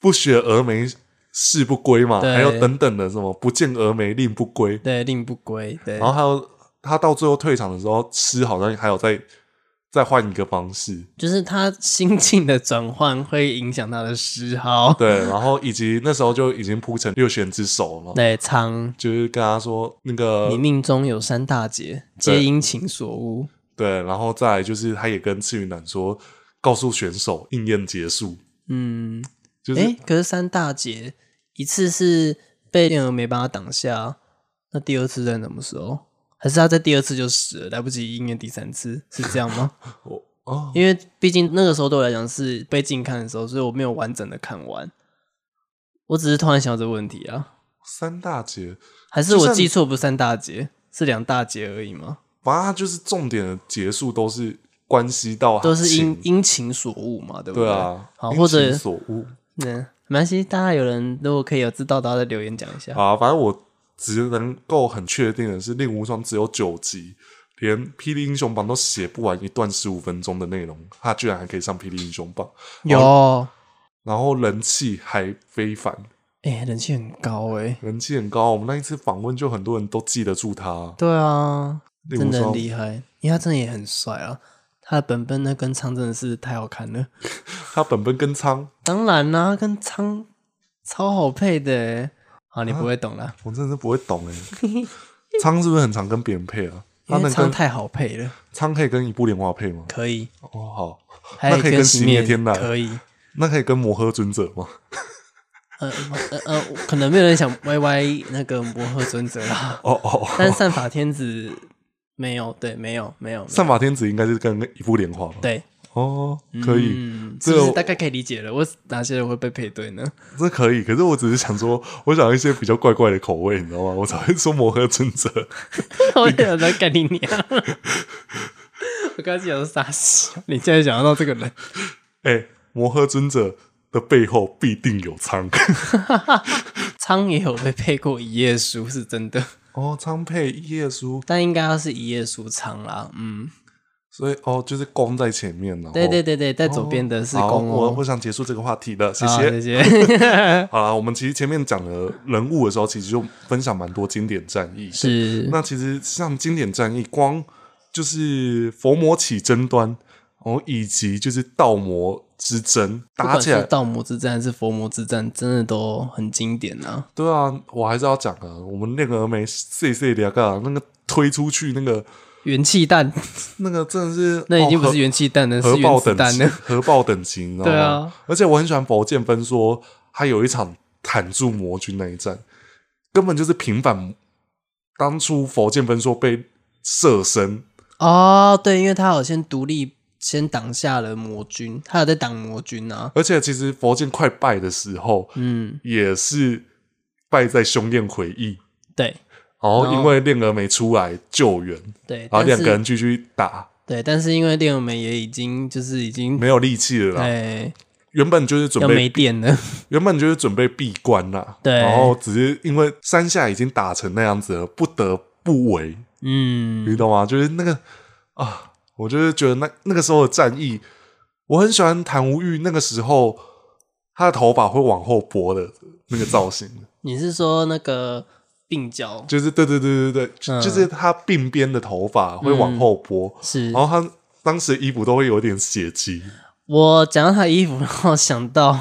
Speaker 1: 不学峨眉誓不归嘛，
Speaker 2: 对
Speaker 1: 还有等等的什么不见峨眉令不归，
Speaker 2: 对，令不归，对，
Speaker 1: 然后还有他到最后退场的时候，诗好像还有再再换一个方式，
Speaker 2: 就是他心境的转换会影响他的嗜好，
Speaker 1: 对，然后以及那时候就已经铺成六弦之手了，
Speaker 2: 对，苍
Speaker 1: 就是跟他说那个
Speaker 2: 你命中有三大劫，皆因情所污。
Speaker 1: 对，然后再来就是，他也跟赤云南说，告诉选手应验结束，
Speaker 2: 嗯，
Speaker 1: 就是、
Speaker 2: 诶，可是三大劫一次是被电儿没办法挡下，那第二次在什么时候？还是他在第二次就死了，来不及应验第三次，是这样 吗？
Speaker 1: 我哦，
Speaker 2: 因为毕竟那个时候对我来讲是被禁看的时候，所以我没有完整的看完。我只是突然想到这个问题啊，
Speaker 1: 三大节，
Speaker 2: 还是
Speaker 1: 就
Speaker 2: 我
Speaker 1: 像
Speaker 2: 记错不是三大劫，是两大劫而已吗？
Speaker 1: 反正他就是重点的结束都是关系到
Speaker 2: 都是因
Speaker 1: 情
Speaker 2: 因情所误嘛，对不
Speaker 1: 对啊，
Speaker 2: 好，
Speaker 1: 因
Speaker 2: 或者
Speaker 1: 情所误
Speaker 2: 嗯，没关系，大家有人如果可以有知道的话，在留言讲一下。
Speaker 1: 啊，反正我只能够很确定的是，令狐冲只有九集，连《霹雳英雄榜》都写不完一段十五分钟的内容，他居然还可以上《霹雳英雄榜》，
Speaker 2: 有，
Speaker 1: 然后人气还非凡，
Speaker 2: 哎、人气很高哎、
Speaker 1: 人气很高。我们那一次访问就很多人都记得住他，
Speaker 2: 对啊，
Speaker 1: 例
Speaker 2: 真
Speaker 1: 如
Speaker 2: 的很
Speaker 1: 说
Speaker 2: 厉害，因为他真的也很帅啊。他的本本那跟仓真的是太好看了，
Speaker 1: 他本本跟仓，
Speaker 2: 当然啦、跟仓超好配的欸。啊，你
Speaker 1: 啊
Speaker 2: 不会懂啦，
Speaker 1: 我真的是不会懂哎、 仓是不是很常跟别人配啊？他
Speaker 2: 因为
Speaker 1: 能
Speaker 2: 仓
Speaker 1: 跟
Speaker 2: 太好配了，
Speaker 1: 仓可以跟一部莲花配吗？
Speaker 2: 可以。
Speaker 1: 哦，好，
Speaker 2: 还有
Speaker 1: 那可以
Speaker 2: 跟
Speaker 1: 跟
Speaker 2: 洗
Speaker 1: 洗灭
Speaker 2: 面
Speaker 1: 天籁
Speaker 2: 可以。
Speaker 1: 那可以跟摩诃尊者吗？
Speaker 2: 呃呃呃，可能没有人想 Y Y 那个摩诃尊 者啦，
Speaker 1: 哦哦，
Speaker 2: 但是善法天子没有，对，没有，没有，没有
Speaker 1: 散法天子应该是跟一部莲花吧？
Speaker 2: 对，
Speaker 1: 哦，可以，
Speaker 2: 嗯，
Speaker 1: 这
Speaker 2: 是
Speaker 1: 个
Speaker 2: 不
Speaker 1: 我
Speaker 2: 是大概可以理解了？我哪些人会被配对呢？
Speaker 1: 这可以，可是我只是想说，我想要一些比较怪怪的口味，你知道吗？我才会说摩诃尊者。
Speaker 2: 我有在干你娘！ 我刚才讲的傻笑，你竟然想到这个人，
Speaker 1: 哎、摩诃尊者的背后必定有 仓。
Speaker 2: 苍也有被配过一页书，是真的，
Speaker 1: 哦，仓配一页书，
Speaker 2: 但应该要是一页书苍啦。嗯，
Speaker 1: 所以哦，就是弓在前面，然后
Speaker 2: 对对对对，在左边的是
Speaker 1: 好
Speaker 2: 公
Speaker 1: 我
Speaker 2: 哦
Speaker 1: 我，想结束这个话题了，谢
Speaker 2: 啊
Speaker 1: 谢。
Speaker 2: 谢 谢，
Speaker 1: 好啦，我们其实前面讲了人物的时候，其实就分享蛮多经典战役。
Speaker 2: 是
Speaker 1: 那其实像经典战役，光就是佛魔起争端，哦，以及就是道魔之争
Speaker 2: 不
Speaker 1: 打
Speaker 2: 管
Speaker 1: 起来
Speaker 2: 是，盗墓之战还是佛魔之战，真的都很经典啊！
Speaker 1: 对啊，我还是要讲啊，我们那个峨眉 C C 两个啊那个推出去那个
Speaker 2: 元气弹
Speaker 1: 那个真的是
Speaker 2: 那已经不是
Speaker 1: 哦
Speaker 2: 元气弹了，
Speaker 1: 核
Speaker 2: 是
Speaker 1: 核爆
Speaker 2: 原子
Speaker 1: 等
Speaker 2: 弹
Speaker 1: 级
Speaker 2: 了。，
Speaker 1: 核爆等级，你知道吗？
Speaker 2: 对啊
Speaker 1: 而且我很喜欢佛剑分说，他有一场坦住魔军那一战，根本就是平反当初佛剑分说被射身，
Speaker 2: 哦，对，因为他好像独立先挡下了魔军，他有在挡魔军啊。
Speaker 1: 而且其实佛剑快败的时候，
Speaker 2: 嗯，
Speaker 1: 也是败在凶焰回忆，
Speaker 2: 对
Speaker 1: 然后
Speaker 2: 然后
Speaker 1: 因为恋娥没出来救援，
Speaker 2: 对，
Speaker 1: 然后
Speaker 2: 哦但
Speaker 1: 两个
Speaker 2: 是
Speaker 1: 人继续打，
Speaker 2: 对，但是因为恋美也已经就是已经
Speaker 1: 没有力气了啦。
Speaker 2: 哎
Speaker 1: 原本就是准
Speaker 2: 要
Speaker 1: 备
Speaker 2: 没，电了，
Speaker 1: 原本就是准备闭关啦。
Speaker 2: 对
Speaker 1: 然后只是因为山下已经打成那样子了，不得不为，
Speaker 2: 嗯，
Speaker 1: 你懂吗？就是那个啊，我就是觉得那那个时候的战役，我很喜欢谭无欲那个时候他的头发会往后拨的那个造型，
Speaker 2: 你是说那个鬓角
Speaker 1: 就是对对对对对，就
Speaker 2: 嗯
Speaker 1: 就是他鬓边的头发会往后拨，
Speaker 2: 是？
Speaker 1: 然后他当时的衣服都会有点血迹。
Speaker 2: 我讲到他衣服， 然后想到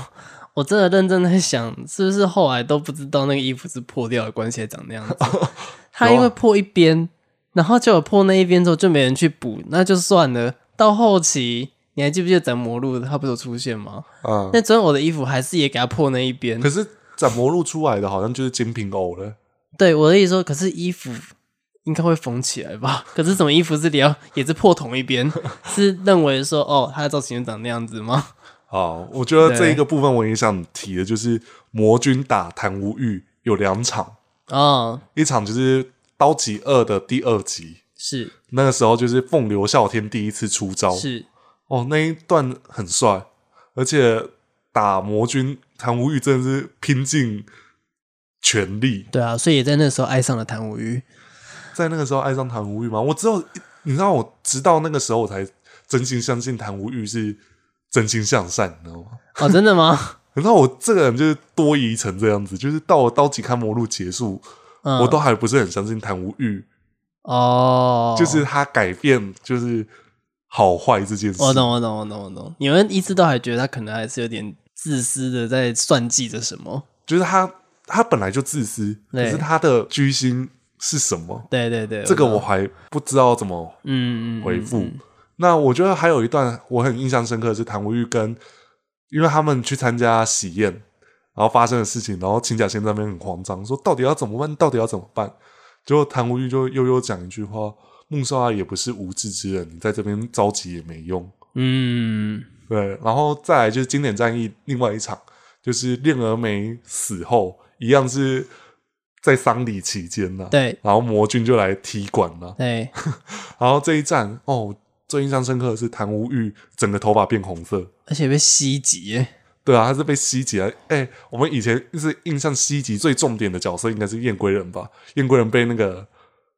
Speaker 2: 我真的认真在想，是不是后来都不知道那个衣服是破掉的关系才长那 样子？
Speaker 1: 哦
Speaker 2: 他因为破一边，然后就有破那一边之后就没人去补，那就算了。到后期你还记不记得斩魔录他不是有出现吗？
Speaker 1: 啊、
Speaker 2: 那真我的衣服还是也给他破那一边
Speaker 1: 可。是斩魔录出来的好像就是金瓶偶了。
Speaker 2: 对我的意思说，可是衣服。应该会缝起来 吧？可是怎么衣服是也要也是破同一边？是认为说哦，他的造型就长那样子吗？
Speaker 1: 好，我觉得
Speaker 2: 对
Speaker 1: 这一个部分我也想提的，就是魔军打谭无欲有两场，
Speaker 2: 哦，
Speaker 1: 一场就是《刀戟二》的第二集，
Speaker 2: 是
Speaker 1: 那个时候就是凤流啸天第一次出招，
Speaker 2: 是，
Speaker 1: 哦，那一段很帅，而且打魔军谭无欲真的是拼尽全力，
Speaker 2: 对啊，所以也在那时候爱上了谭无欲。
Speaker 1: 在那个时候爱上谭无欲吗？我只有你知道，我直到那个时候我才真心相信谭无欲是真心向善，你知道吗？
Speaker 2: 哦，真的吗？
Speaker 1: 你知道我这个人就是多疑成这样子，就是到了刀戟看魔录结束，
Speaker 2: 嗯，
Speaker 1: 我都还不是很相信谭无欲，
Speaker 2: 哦，
Speaker 1: 就是他改变就是好坏这件事。
Speaker 2: 我懂，我懂，我懂，我懂。你们一直都还觉得他可能还是有点自私的，在算计着什么？
Speaker 1: 就是他他本来就自私，
Speaker 2: 对
Speaker 1: 可是他的居心是什么？
Speaker 2: 对对对，
Speaker 1: 这个
Speaker 2: 懂
Speaker 1: 我还不知道怎么
Speaker 2: 嗯嗯嗯
Speaker 1: 回复。
Speaker 2: 嗯
Speaker 1: 那我觉得还有一段我很印象深刻的是谭无欲跟，因为他们去参加喜宴，然后发生的事情，然后秦假仙在那边很慌张，说到底要怎么办？到底要怎么办？结果谭无欲就悠悠讲一句话：“穆少阿也不是无知之人，你在这边着急也没用。
Speaker 2: 嗯，”
Speaker 1: 对，然后再来就是经典战役另外一场，就是恋峨眉死后，一样是在丧礼期间呢、
Speaker 2: 对
Speaker 1: 然后魔君就来踢馆了、
Speaker 2: 对，
Speaker 1: 然后这一战哦，最印象深刻的是谭无欲整个头发变红色。
Speaker 2: 而且被袭击耶，
Speaker 1: 对啊，他是被西极啊！哎、我们以前是印象西极最重点的角色应该是燕归人吧？燕归人被那个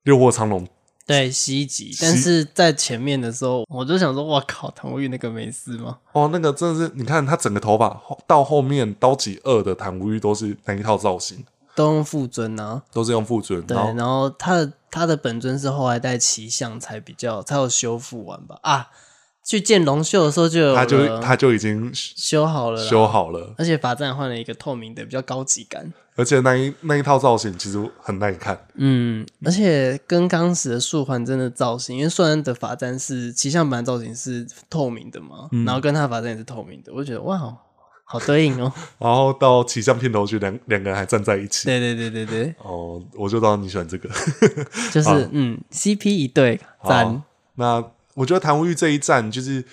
Speaker 1: 六祸苍龙
Speaker 2: 对西极，但是在前面的时候，我就想说，哇靠，唐无玉那个没事吗？
Speaker 1: 哦，那个真的是，你看他整个头发后到后面刀戟二的谭无欲都是那一套造型，
Speaker 2: 都用傅尊啊，
Speaker 1: 都是用复尊，
Speaker 2: 对，
Speaker 1: 然后
Speaker 2: 然后他的他的本尊是后来带骑象才比较才有修复完吧啊，去见龙秀的时候就有
Speaker 1: 他就
Speaker 2: 了
Speaker 1: 他就已经
Speaker 2: 修好了啦，
Speaker 1: 修好了，
Speaker 2: 而且法杖换了一个透明的，比较高级感。
Speaker 1: 而且那一那一套造型其实很耐看，
Speaker 2: 嗯，而且跟刚时的素环真的造型，因为素环的法簪是骑象版造型是透明的嘛，
Speaker 1: 嗯
Speaker 2: 然后跟他的法簪也是透明的，我就觉得哇，好对应 哦。
Speaker 1: 然后到骑象片头去，两两个人还站在一起。
Speaker 2: 对对对对对，
Speaker 1: 哦，我就知道你喜欢这个。
Speaker 2: 就是、嗯，CP 一对赞
Speaker 1: 好，那我觉得谭无欲这一战就是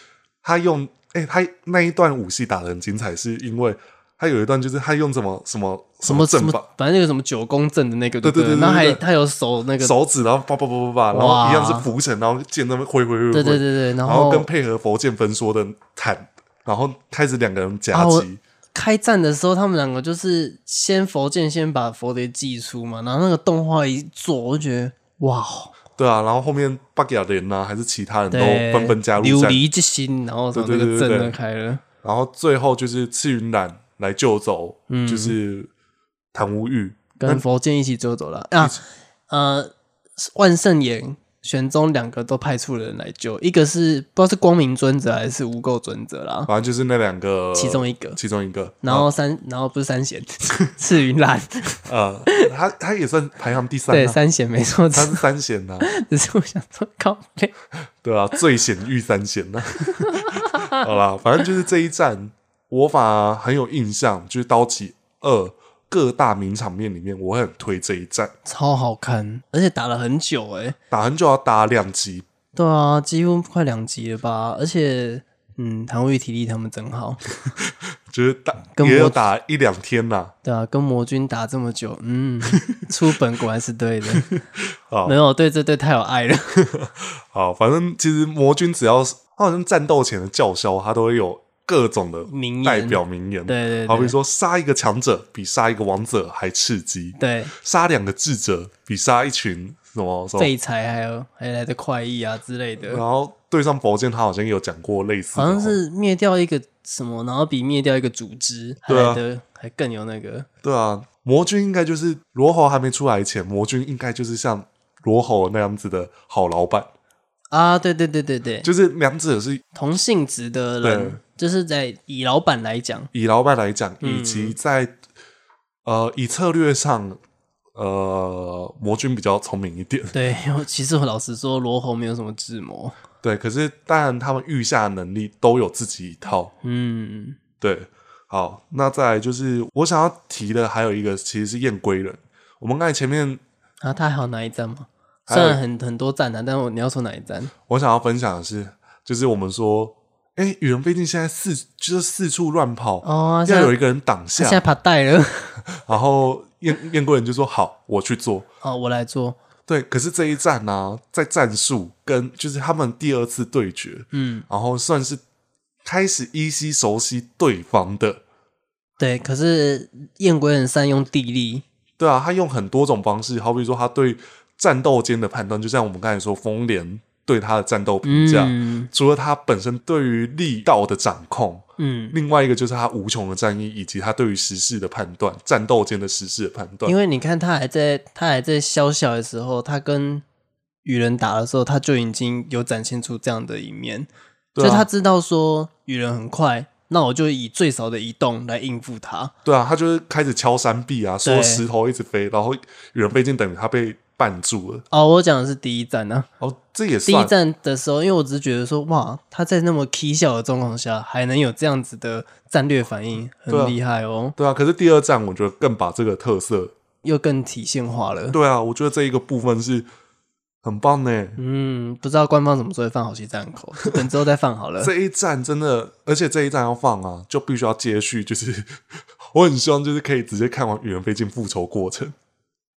Speaker 1: 他用，哎、他那一段武戏打的很精彩，是因为他有一段就是他用什么什么
Speaker 2: 什么什
Speaker 1: 阵
Speaker 2: 么
Speaker 1: 法，，
Speaker 2: 反正那个什么九宫阵的那个，
Speaker 1: 对
Speaker 2: 对
Speaker 1: 对对对
Speaker 2: 然后还
Speaker 1: 对对
Speaker 2: 他有手那个，
Speaker 1: 手指然后叭叭叭叭叭，然后
Speaker 2: 哇
Speaker 1: 一样是浮尘，然后剑那边挥挥挥挥，
Speaker 2: 对对对对，然
Speaker 1: 然
Speaker 2: 后
Speaker 1: 跟配合佛剑分说的砍，然后开始两个人夹
Speaker 2: 啊我
Speaker 1: 击，
Speaker 2: 开战的时候，他们两个就是先佛剑先把佛碟祭出嘛，然后那个动画一做，我就觉得哇，
Speaker 1: 对啊，然后后面巴吉亚连呐、还是其他人都
Speaker 2: 对，
Speaker 1: 纷纷加入
Speaker 2: 琉
Speaker 1: 战，
Speaker 2: 璃之心，然后什么
Speaker 1: 对
Speaker 2: 那
Speaker 1: 对
Speaker 2: 个
Speaker 1: 对对
Speaker 2: 阵
Speaker 1: 对
Speaker 2: 都开了，
Speaker 1: 然后最后就是赤云染来救走，
Speaker 2: 嗯
Speaker 1: 就是谭无欲，
Speaker 2: 跟佛剑一起救走了啊，呃，万圣岩。玄宗两个都派出了人来救，一个是不知道是光明尊者还是无垢尊者啦，
Speaker 1: 反正就是那两个
Speaker 2: 其中一个，
Speaker 1: 其中一个，
Speaker 2: 然后三，然后不是三弦， 赤 云兰，
Speaker 1: 呃，他他也算排行第三、
Speaker 2: 对，
Speaker 1: 啊，
Speaker 2: 三弦没错，
Speaker 1: 他
Speaker 2: 只
Speaker 1: 是三弦呐、
Speaker 2: 只是我想说靠背，
Speaker 1: 对啊，最险遇三弦 呐、好啦，反正就是这一战，我法很有印象，就是刀戟二各大名场面里面，我会很推这一战，
Speaker 2: 超好看，而且打了很久哎、
Speaker 1: 打很久要欸打两集，
Speaker 2: 对啊，几乎快两集了吧，而且嗯，唐卫体力他们真好，
Speaker 1: 就是打
Speaker 2: 跟
Speaker 1: 也有
Speaker 2: 我
Speaker 1: 打一两天呐、
Speaker 2: 对啊，跟魔君打这么久， 嗯，出本果然是对的，
Speaker 1: 好
Speaker 2: 没有对这对太有爱了，
Speaker 1: 好，反正其实魔君只要是他好像战斗前的叫嚣，他都会有各种的
Speaker 2: 名言
Speaker 1: 代表名言，
Speaker 2: 对对对
Speaker 1: 好比说杀一个强者比杀一个王者还刺激，
Speaker 2: 对，
Speaker 1: 杀两个智者比杀一群什么什么，
Speaker 2: 废材还有还来的快意啊之类
Speaker 1: 然
Speaker 2: 的，
Speaker 1: 后对上佛剑，他好像也有讲过类似的
Speaker 2: 好
Speaker 1: 话，
Speaker 2: 像是灭掉一个什么，然后比灭掉一个组织还
Speaker 1: 对啊
Speaker 2: 来的、还更有那个，
Speaker 1: 对啊，魔君应该就是罗侯还没出来前，魔君应该就是像罗侯那样子的好老板，
Speaker 2: 啊，对对对对对，
Speaker 1: 就是两者是
Speaker 2: 同性质的人，就是在以老板来讲，
Speaker 1: 以老板来讲，以及在、呃以策略上，呃魔君比较聪明一点，
Speaker 2: 对，其实我老实说，罗侯没有什么智谋，
Speaker 1: 对，可是当然他们御下的能力都有自己一套，
Speaker 2: 嗯，
Speaker 1: 对，好，那再来就是我想要提的还有一个其实是燕归人。我们刚才前面
Speaker 2: 啊，他还有哪一站吗？
Speaker 1: 还
Speaker 2: 虽
Speaker 1: 有
Speaker 2: 然很很多站啊，但我你要说哪一站？
Speaker 1: 我想要分享的是，就是我们说，哎、羽人飞进现在四就是四处乱跑，
Speaker 2: 哦
Speaker 1: 要
Speaker 2: 现在
Speaker 1: 有一个人挡
Speaker 2: 他现在
Speaker 1: 下。
Speaker 2: 怕带了，
Speaker 1: 然后燕燕归人就说：“好，我去做。
Speaker 2: 哦，我来做，”
Speaker 1: 对，可是这一战呢、在战术跟就是他们第二次对决，
Speaker 2: 嗯，
Speaker 1: 然后算是开始依稀熟悉对方的，
Speaker 2: 对。可是燕归人善用地利，
Speaker 1: 对啊，他用很多种方式，好比说他对战斗间的判断，就像我们刚才说，风莲对他的战斗评价，
Speaker 2: 嗯
Speaker 1: 除了他本身对于力道的掌控，
Speaker 2: 嗯，
Speaker 1: 另外一个就是他无穷的战役，以及他对于时事的判断，战斗间的时事的判断
Speaker 2: 因。为你看他还在他还在小小的时候，他跟雨人打的时候，他就已经有展现出这样的一面，
Speaker 1: 对啊
Speaker 2: 就他知道说雨人很快，那我就以最少的移动来应付他。
Speaker 1: 对啊，他就是开始敲山壁啊，说
Speaker 2: 对
Speaker 1: 石头一直飞，然后远飞进，等于他被绊住了。
Speaker 2: 哦，我讲的是第一站啊，
Speaker 1: 哦，这也
Speaker 2: 第一
Speaker 1: 算
Speaker 2: 站的时候，因为我只是觉得说，哇，他在那么 K 笑的状况下，还能有这样子的战略反应，
Speaker 1: 对啊
Speaker 2: 很厉害哦，
Speaker 1: 对啊。可是第二站，我觉得更把这个特色，
Speaker 2: 又更体现化了。
Speaker 1: 对啊，我觉得这一个部分是很棒呢、
Speaker 2: 嗯，不知道官方什么时候会放好戏站口，就等之后再放好了。
Speaker 1: 这一站真的，而且这一站要放啊，就必须要接续。就是 我很希望，就是可以直接看完《羽人飞进》复仇过程，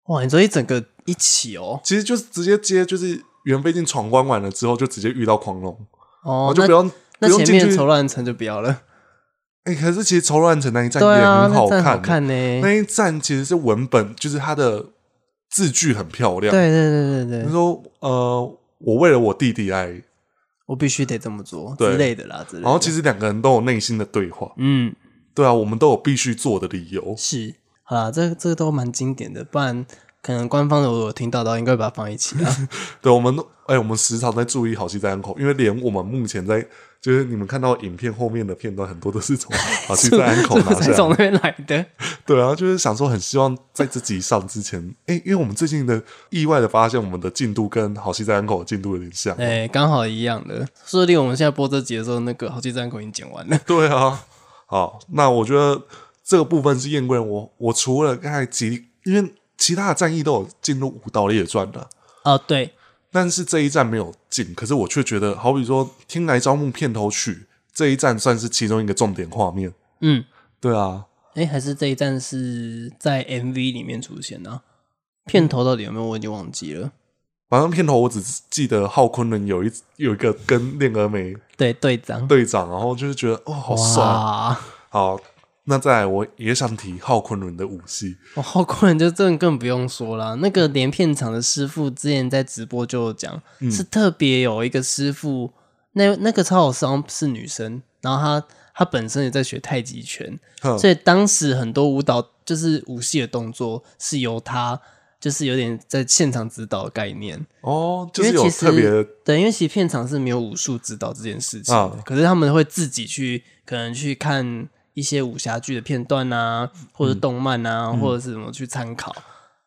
Speaker 2: 哇，你说一整个一起哦，
Speaker 1: 其实就是直接接，就是《羽人飞进》闯关完了之后，就直接遇到狂龙，我
Speaker 2: 哦，
Speaker 1: 就不用不
Speaker 2: 那那
Speaker 1: 用
Speaker 2: 前
Speaker 1: 进
Speaker 2: 面
Speaker 1: 去
Speaker 2: 仇。乱城就不要了。
Speaker 1: 哎、可是其实仇乱城那一站
Speaker 2: 对
Speaker 1: 也
Speaker 2: 啊，
Speaker 1: 很哦
Speaker 2: 那站
Speaker 1: 看，
Speaker 2: 好看呢、
Speaker 1: 那一站其实是文本，就是它的字句很漂亮。
Speaker 2: 对，对对对
Speaker 1: 他
Speaker 2: 对，
Speaker 1: 说呃，我为了我弟弟爱你，
Speaker 2: 我必须得这么做
Speaker 1: 对
Speaker 2: 之类的啦，之类的。
Speaker 1: 然后其实两个人都有内心的对话。
Speaker 2: 嗯，
Speaker 1: 对啊，我们都有必须做的理由。
Speaker 2: 是，好啦，这这都蛮经典的，不然可能官方的我有听到的，应该会把它放一起啊。
Speaker 1: 对，我们哎、我们时常在注意好戏在暗口，因为连我们目前在就是你们看到影片后面的片段，很多都是 从好戏在暗口拿下
Speaker 2: 是从
Speaker 1: 来。
Speaker 2: 那边来的，
Speaker 1: 对啊，就是想说很希望在这集上之前，哎、因为我们最近的意外的发现，我们的进度跟好戏在暗口的进度有点像。
Speaker 2: 哎、刚好一样的。说不定我们现在播这集的时候，那个好记站口已经剪完了。
Speaker 1: 对啊，好，那我觉得这个部分是燕贵人，我我除了刚才几，因为其他的战役都有进入武道列传的，
Speaker 2: 哦，对，
Speaker 1: 但是这一站没有进，可是我却觉得，好比说《天来招募》片头曲这一站算是其中一个重点画面。
Speaker 2: 嗯，
Speaker 1: 对啊，
Speaker 2: 哎、还是这一站是在 MV 里面出现的啊、片头到底有没有我已经忘记了。
Speaker 1: 反正片头我只记得浩昆人有一有一个跟练峨眉
Speaker 2: 对，队长，
Speaker 1: 队长，然后就是觉得哦好帅。
Speaker 2: 哇，
Speaker 1: 好，那再来我也想提浩昆人的武戏，
Speaker 2: 哇，浩坤人就真的更不用说了。那个连片场的师傅之前在直播就有讲，是特别有一个师傅，那那个超好伤是女生，然后她她本身也在学太极拳，
Speaker 1: 哼
Speaker 2: 所以当时很多舞蹈就是舞戏的动作是由她就是有点在现场指导的概念，
Speaker 1: 哦，就
Speaker 2: 因
Speaker 1: 是
Speaker 2: 为
Speaker 1: 有
Speaker 2: 其实
Speaker 1: 特别的
Speaker 2: 对，因为其实片场是没有武术指导这件事情的，
Speaker 1: 啊
Speaker 2: 可是他们会自己去可能去看一些武侠剧的片段啊，或者动漫啊，
Speaker 1: 嗯
Speaker 2: 或者是什么去参考。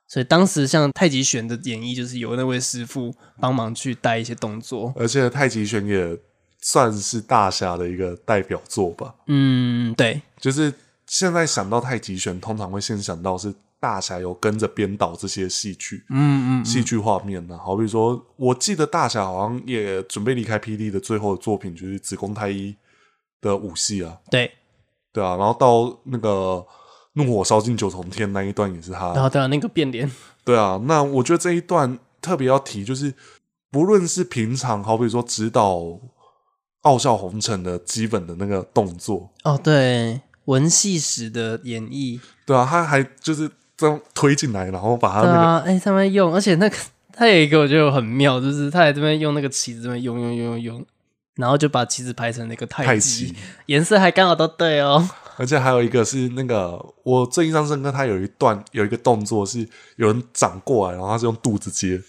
Speaker 2: 所以当时像太极拳的演绎，就是由那位师傅帮忙去带一些动作。
Speaker 1: 而且太极拳也算是大侠的一个代表作吧。
Speaker 2: 嗯，对，
Speaker 1: 就是现在想到太极拳，通常会先想到是大侠有跟着编导这些戏剧，
Speaker 2: 嗯嗯
Speaker 1: 戏剧画面呢、好比说，我记得大侠好像也准备离开 PD 的最后的作品就是子宫太一的武戏啊，
Speaker 2: 对。
Speaker 1: 对啊，然后到那个。怒火烧尽九重天那一段也是他，
Speaker 2: 然后对啊，那个变脸，
Speaker 1: 对啊，那我觉得这一段特别要提，就是不论是平常，好比说指导傲笑红尘的基本的那个动作，
Speaker 2: 哦，对，文戏史的演绎，
Speaker 1: 对啊，他还就是这样推进来，然后把他
Speaker 2: 对
Speaker 1: 那个，
Speaker 2: 啊，哎、他们用，而且那个他有一个我觉得很妙，就是他在这边用那个旗子这边用用用用用，然后就把旗子排成了一个
Speaker 1: 太
Speaker 2: 太
Speaker 1: 极
Speaker 2: 极，颜色还刚好都对哦。
Speaker 1: 而且还有一个是那个我最印象深刻，他有一段有一个动作是有人掌过来，然后他是用肚子接，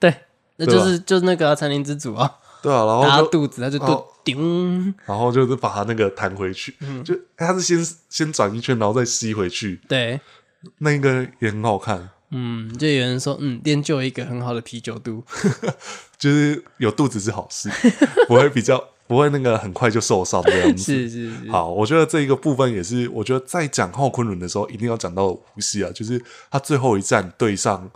Speaker 2: 对，那
Speaker 1: 对
Speaker 2: 就
Speaker 1: 吧
Speaker 2: 是就是那个、啊、餐厅之主啊，
Speaker 1: 对啊，然
Speaker 2: 打
Speaker 1: 后
Speaker 2: 他
Speaker 1: 就
Speaker 2: 肚子，他就
Speaker 1: 哦
Speaker 2: 肚顶，
Speaker 1: 然后就是把他那个弹回去，
Speaker 2: 嗯
Speaker 1: 就他是先先转一圈，然后再吸回去，
Speaker 2: 对，
Speaker 1: 那个也很好看，
Speaker 2: 嗯，就有人说，嗯，练就一个很好的啤酒肚，
Speaker 1: 就是有肚子是好事， 不会比较不会那个很快就受伤这样子。
Speaker 2: 是是是，
Speaker 1: 嗯好，我觉得这一个部分也是，我觉得在讲浩昆仑的时候，一定要讲到无锡啊，就是他最后一战对上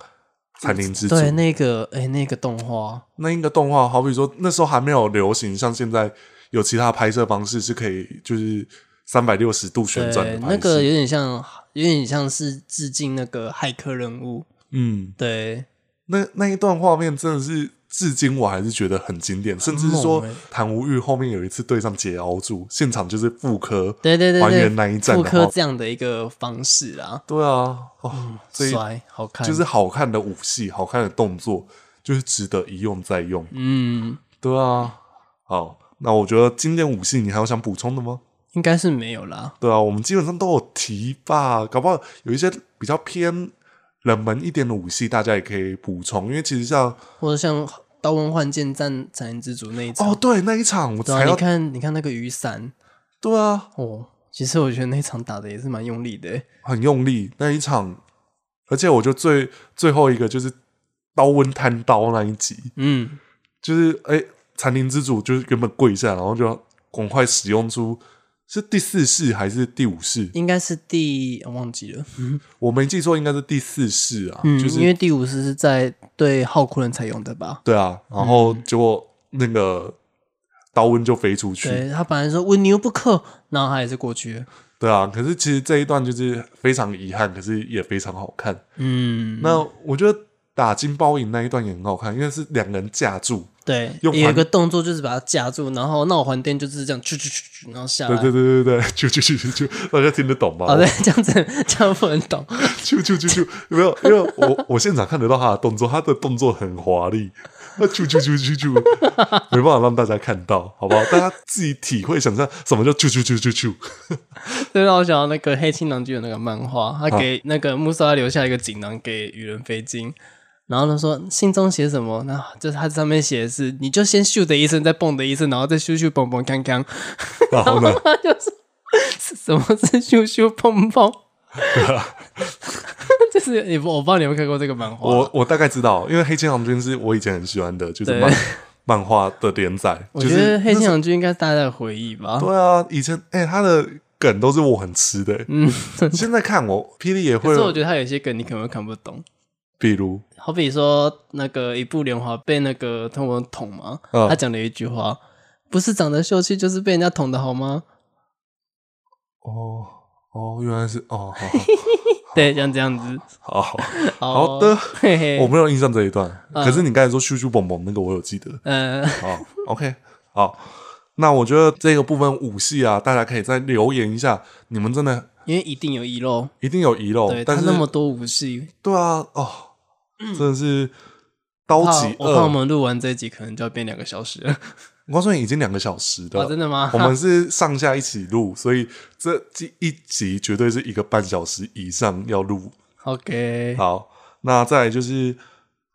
Speaker 1: 残灵之主，
Speaker 2: 对，那个哎、那个动画，
Speaker 1: 那一个动画，好比说那时候还没有流行，像现在有其他拍摄方式是可以就是三百六十度旋转的
Speaker 2: 对，
Speaker 1: 拍摄。
Speaker 2: 那个有点像，有点像是致敬那个骇客人物，
Speaker 1: 嗯，
Speaker 2: 对，
Speaker 1: 那那一段画面真的是至今我还是觉得很经典，甚至是说
Speaker 2: 猛欸
Speaker 1: 谭无欲后面有一次对上解敖柱，现场就是复刻，
Speaker 2: 对对对对，
Speaker 1: 还原那一战
Speaker 2: 复
Speaker 1: 的
Speaker 2: 刻
Speaker 1: 话，
Speaker 2: 这样的一个方式啦，
Speaker 1: 对啊，哦，所以
Speaker 2: 嗯帅好看，
Speaker 1: 就是好看的武戏，好看的动作，就是值得一用再用，
Speaker 2: 嗯，
Speaker 1: 对啊，好。那我觉得经典武戏，你还有想补充的吗？
Speaker 2: 应该是没有啦。
Speaker 1: 对啊，我们基本上都有提吧，搞不好有一些比较偏冷门一点的武戏，大家也可以补充。因为其实像
Speaker 2: 或者像《刀锋幻剑战斩灵之主》那一场，
Speaker 1: 哦，对那一场我
Speaker 2: 对
Speaker 1: 才
Speaker 2: 啊，
Speaker 1: 要
Speaker 2: 你看你看那个雨伞
Speaker 1: 对啊，
Speaker 2: 哦，其实我觉得那一场打的也是蛮用力的欸，
Speaker 1: 很用力那一场，而且我就最最后一个就是刀温贪刀那一集，
Speaker 2: 嗯，
Speaker 1: 就是哎，残灵之主就是原本跪下，然后就要赶快使用出是第四式还是第五式？
Speaker 2: 应该是第我忘记了，
Speaker 1: 我没记错，应该是第四式啊，
Speaker 2: 嗯，
Speaker 1: 就是
Speaker 2: 因为第五次是在对浩库人才用的吧？
Speaker 1: 对啊，然后
Speaker 2: 嗯
Speaker 1: 结果那个刀温就飞出去，
Speaker 2: 对他本来说温牛不克，然后他也是过去了，
Speaker 1: 对啊，可是其实这一段就是非常遗憾，可是也非常好看。
Speaker 2: 嗯，
Speaker 1: 那我觉得打金包银那一段也很好看，因为是两人架住，
Speaker 2: 对，
Speaker 1: 用
Speaker 2: 有一
Speaker 1: 环
Speaker 2: 个动作就是把它架住，然后闹环电就是这样，去去去去，然后下来。
Speaker 1: 对对对对对， 啾啾啾啾啾，大家听得懂吗？
Speaker 2: 啊哦，对，这样子 这样不能懂。
Speaker 1: 啾啾啾啾，没有，因为我我现场看得到他的动作，他的动作很华丽，那啾啾啾啾啾， 没办法让大家看到，好不好？大家自己体会想象什么叫啾啾啾啾啾。
Speaker 2: 这让我想到那个黑青狼就有那个漫画，他给那个穆斯拉留下一个锦囊给羽人飞金，然后呢说信中写什么？那就是他上面写的是，你就先咻的一声，再蹦的一声，然后再咻咻蹦蹦锵锵，
Speaker 1: 然后 呢，
Speaker 2: 他就说是什么是咻咻蹦蹦？ 就是你不我不知道你有没有看过这个漫画，
Speaker 1: 我我大概知道，因为《黑金航军》是我以前很喜欢的，就是
Speaker 2: 对
Speaker 1: 漫漫画的连载，
Speaker 2: 我
Speaker 1: 就
Speaker 2: 觉
Speaker 1: 是
Speaker 2: 得黑青狼就应该是大家的回忆吧。
Speaker 1: 对啊，以前哎、他的梗都是我很吃的、嗯，现在看我霹雳也会
Speaker 2: 可是，我觉得他有些梗你可能会看不懂，
Speaker 1: 比如
Speaker 2: 好比说那个一部莲花被那个通文捅嘛，
Speaker 1: 嗯
Speaker 2: 他讲了一句话，不是长得秀气就是被人家捅的好吗？
Speaker 1: 哦哦，原来是哦，
Speaker 2: 对，像这样子。
Speaker 1: 好好 好
Speaker 2: 好哦
Speaker 1: 好的
Speaker 2: 嘿嘿，
Speaker 1: 我没有印象这一段，
Speaker 2: 嗯
Speaker 1: 可是你刚才说咻咻蹦蹦那个我有记得。
Speaker 2: 嗯、
Speaker 1: 好，OK，好，那我觉得这个部分武戏啊，大家可以再留言一下，你们真的
Speaker 2: 因为一定有遗漏，
Speaker 1: 一定有遗漏
Speaker 2: 对，他
Speaker 1: 哦但是
Speaker 2: 那么多武器，
Speaker 1: 对啊，哦，真的是刀
Speaker 2: 怕
Speaker 1: 戟
Speaker 2: 我怕我
Speaker 1: 二，
Speaker 2: 们录完这一集可能就要变两个小时了。
Speaker 1: 我告诉你已经两个小时
Speaker 2: 啊，
Speaker 1: 了。
Speaker 2: 真的吗？
Speaker 1: 我们是上下一起录，所以这一集绝对是一个半小时以上要录
Speaker 2: OK，
Speaker 1: 好，那再来就是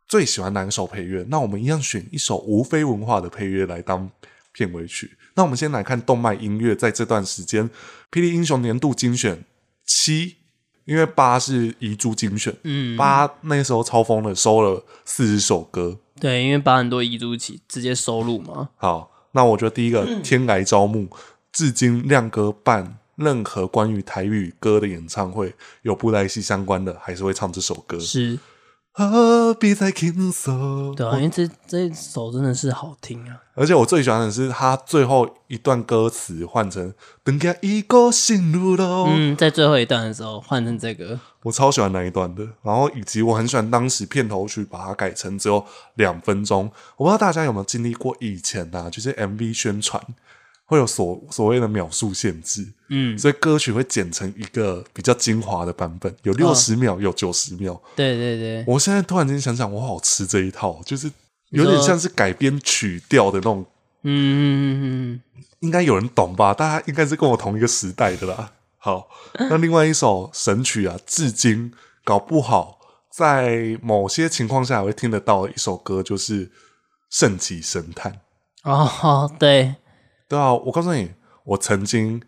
Speaker 1: 最喜欢哪一首配乐？那我们一样选一首无非文化的配乐来当片尾曲。那我们先来看动漫音乐在这段时间《霹雳英雄年度精选》七，因为八是遗珠精选，
Speaker 2: 嗯，
Speaker 1: 八那时候超疯了，收了四十首歌。
Speaker 2: 对，因为把很多遗珠起直接收录嘛，
Speaker 1: 好，那我觉得第一个
Speaker 2: 嗯
Speaker 1: 《天涯招募》，至今亮哥办任何关于台语歌的演唱会，有布袋戏相关的，还是会唱这首歌。
Speaker 2: 是
Speaker 1: 何必再轻手？
Speaker 2: 对啊，因为这这一首真的是好听啊，
Speaker 1: 而且我最喜欢的是他最后一段歌词换成“等下一个心路喽”，
Speaker 2: 嗯，在最后一段的时候换成这个，
Speaker 1: 我超喜欢那一段的。然后以及我很喜欢当时片头曲把它改成只有两分钟。我不知道大家有没有经历过以前呐、啊，就是 MV 宣传会有所所谓的秒数限制，
Speaker 2: 嗯，
Speaker 1: 所以歌曲会剪成一个比较精华的版本，有
Speaker 2: 嗯
Speaker 1: 六十秒，有九十秒。
Speaker 2: 对对对，
Speaker 1: 我现在突然间想想，我好吃这一套，哦就是有点
Speaker 2: 你说
Speaker 1: 像是改编曲调的那种
Speaker 2: 嗯嗯嗯嗯
Speaker 1: 应该有人懂吧？大家应该是跟我同一个时代的啦。好，那另外一首神曲啊，至今搞不好在某些情况下还会听得到的一首歌，就是《圣级神探》。
Speaker 2: 嗯，哦哦， 对，
Speaker 1: 对啊，我告诉你，我曾经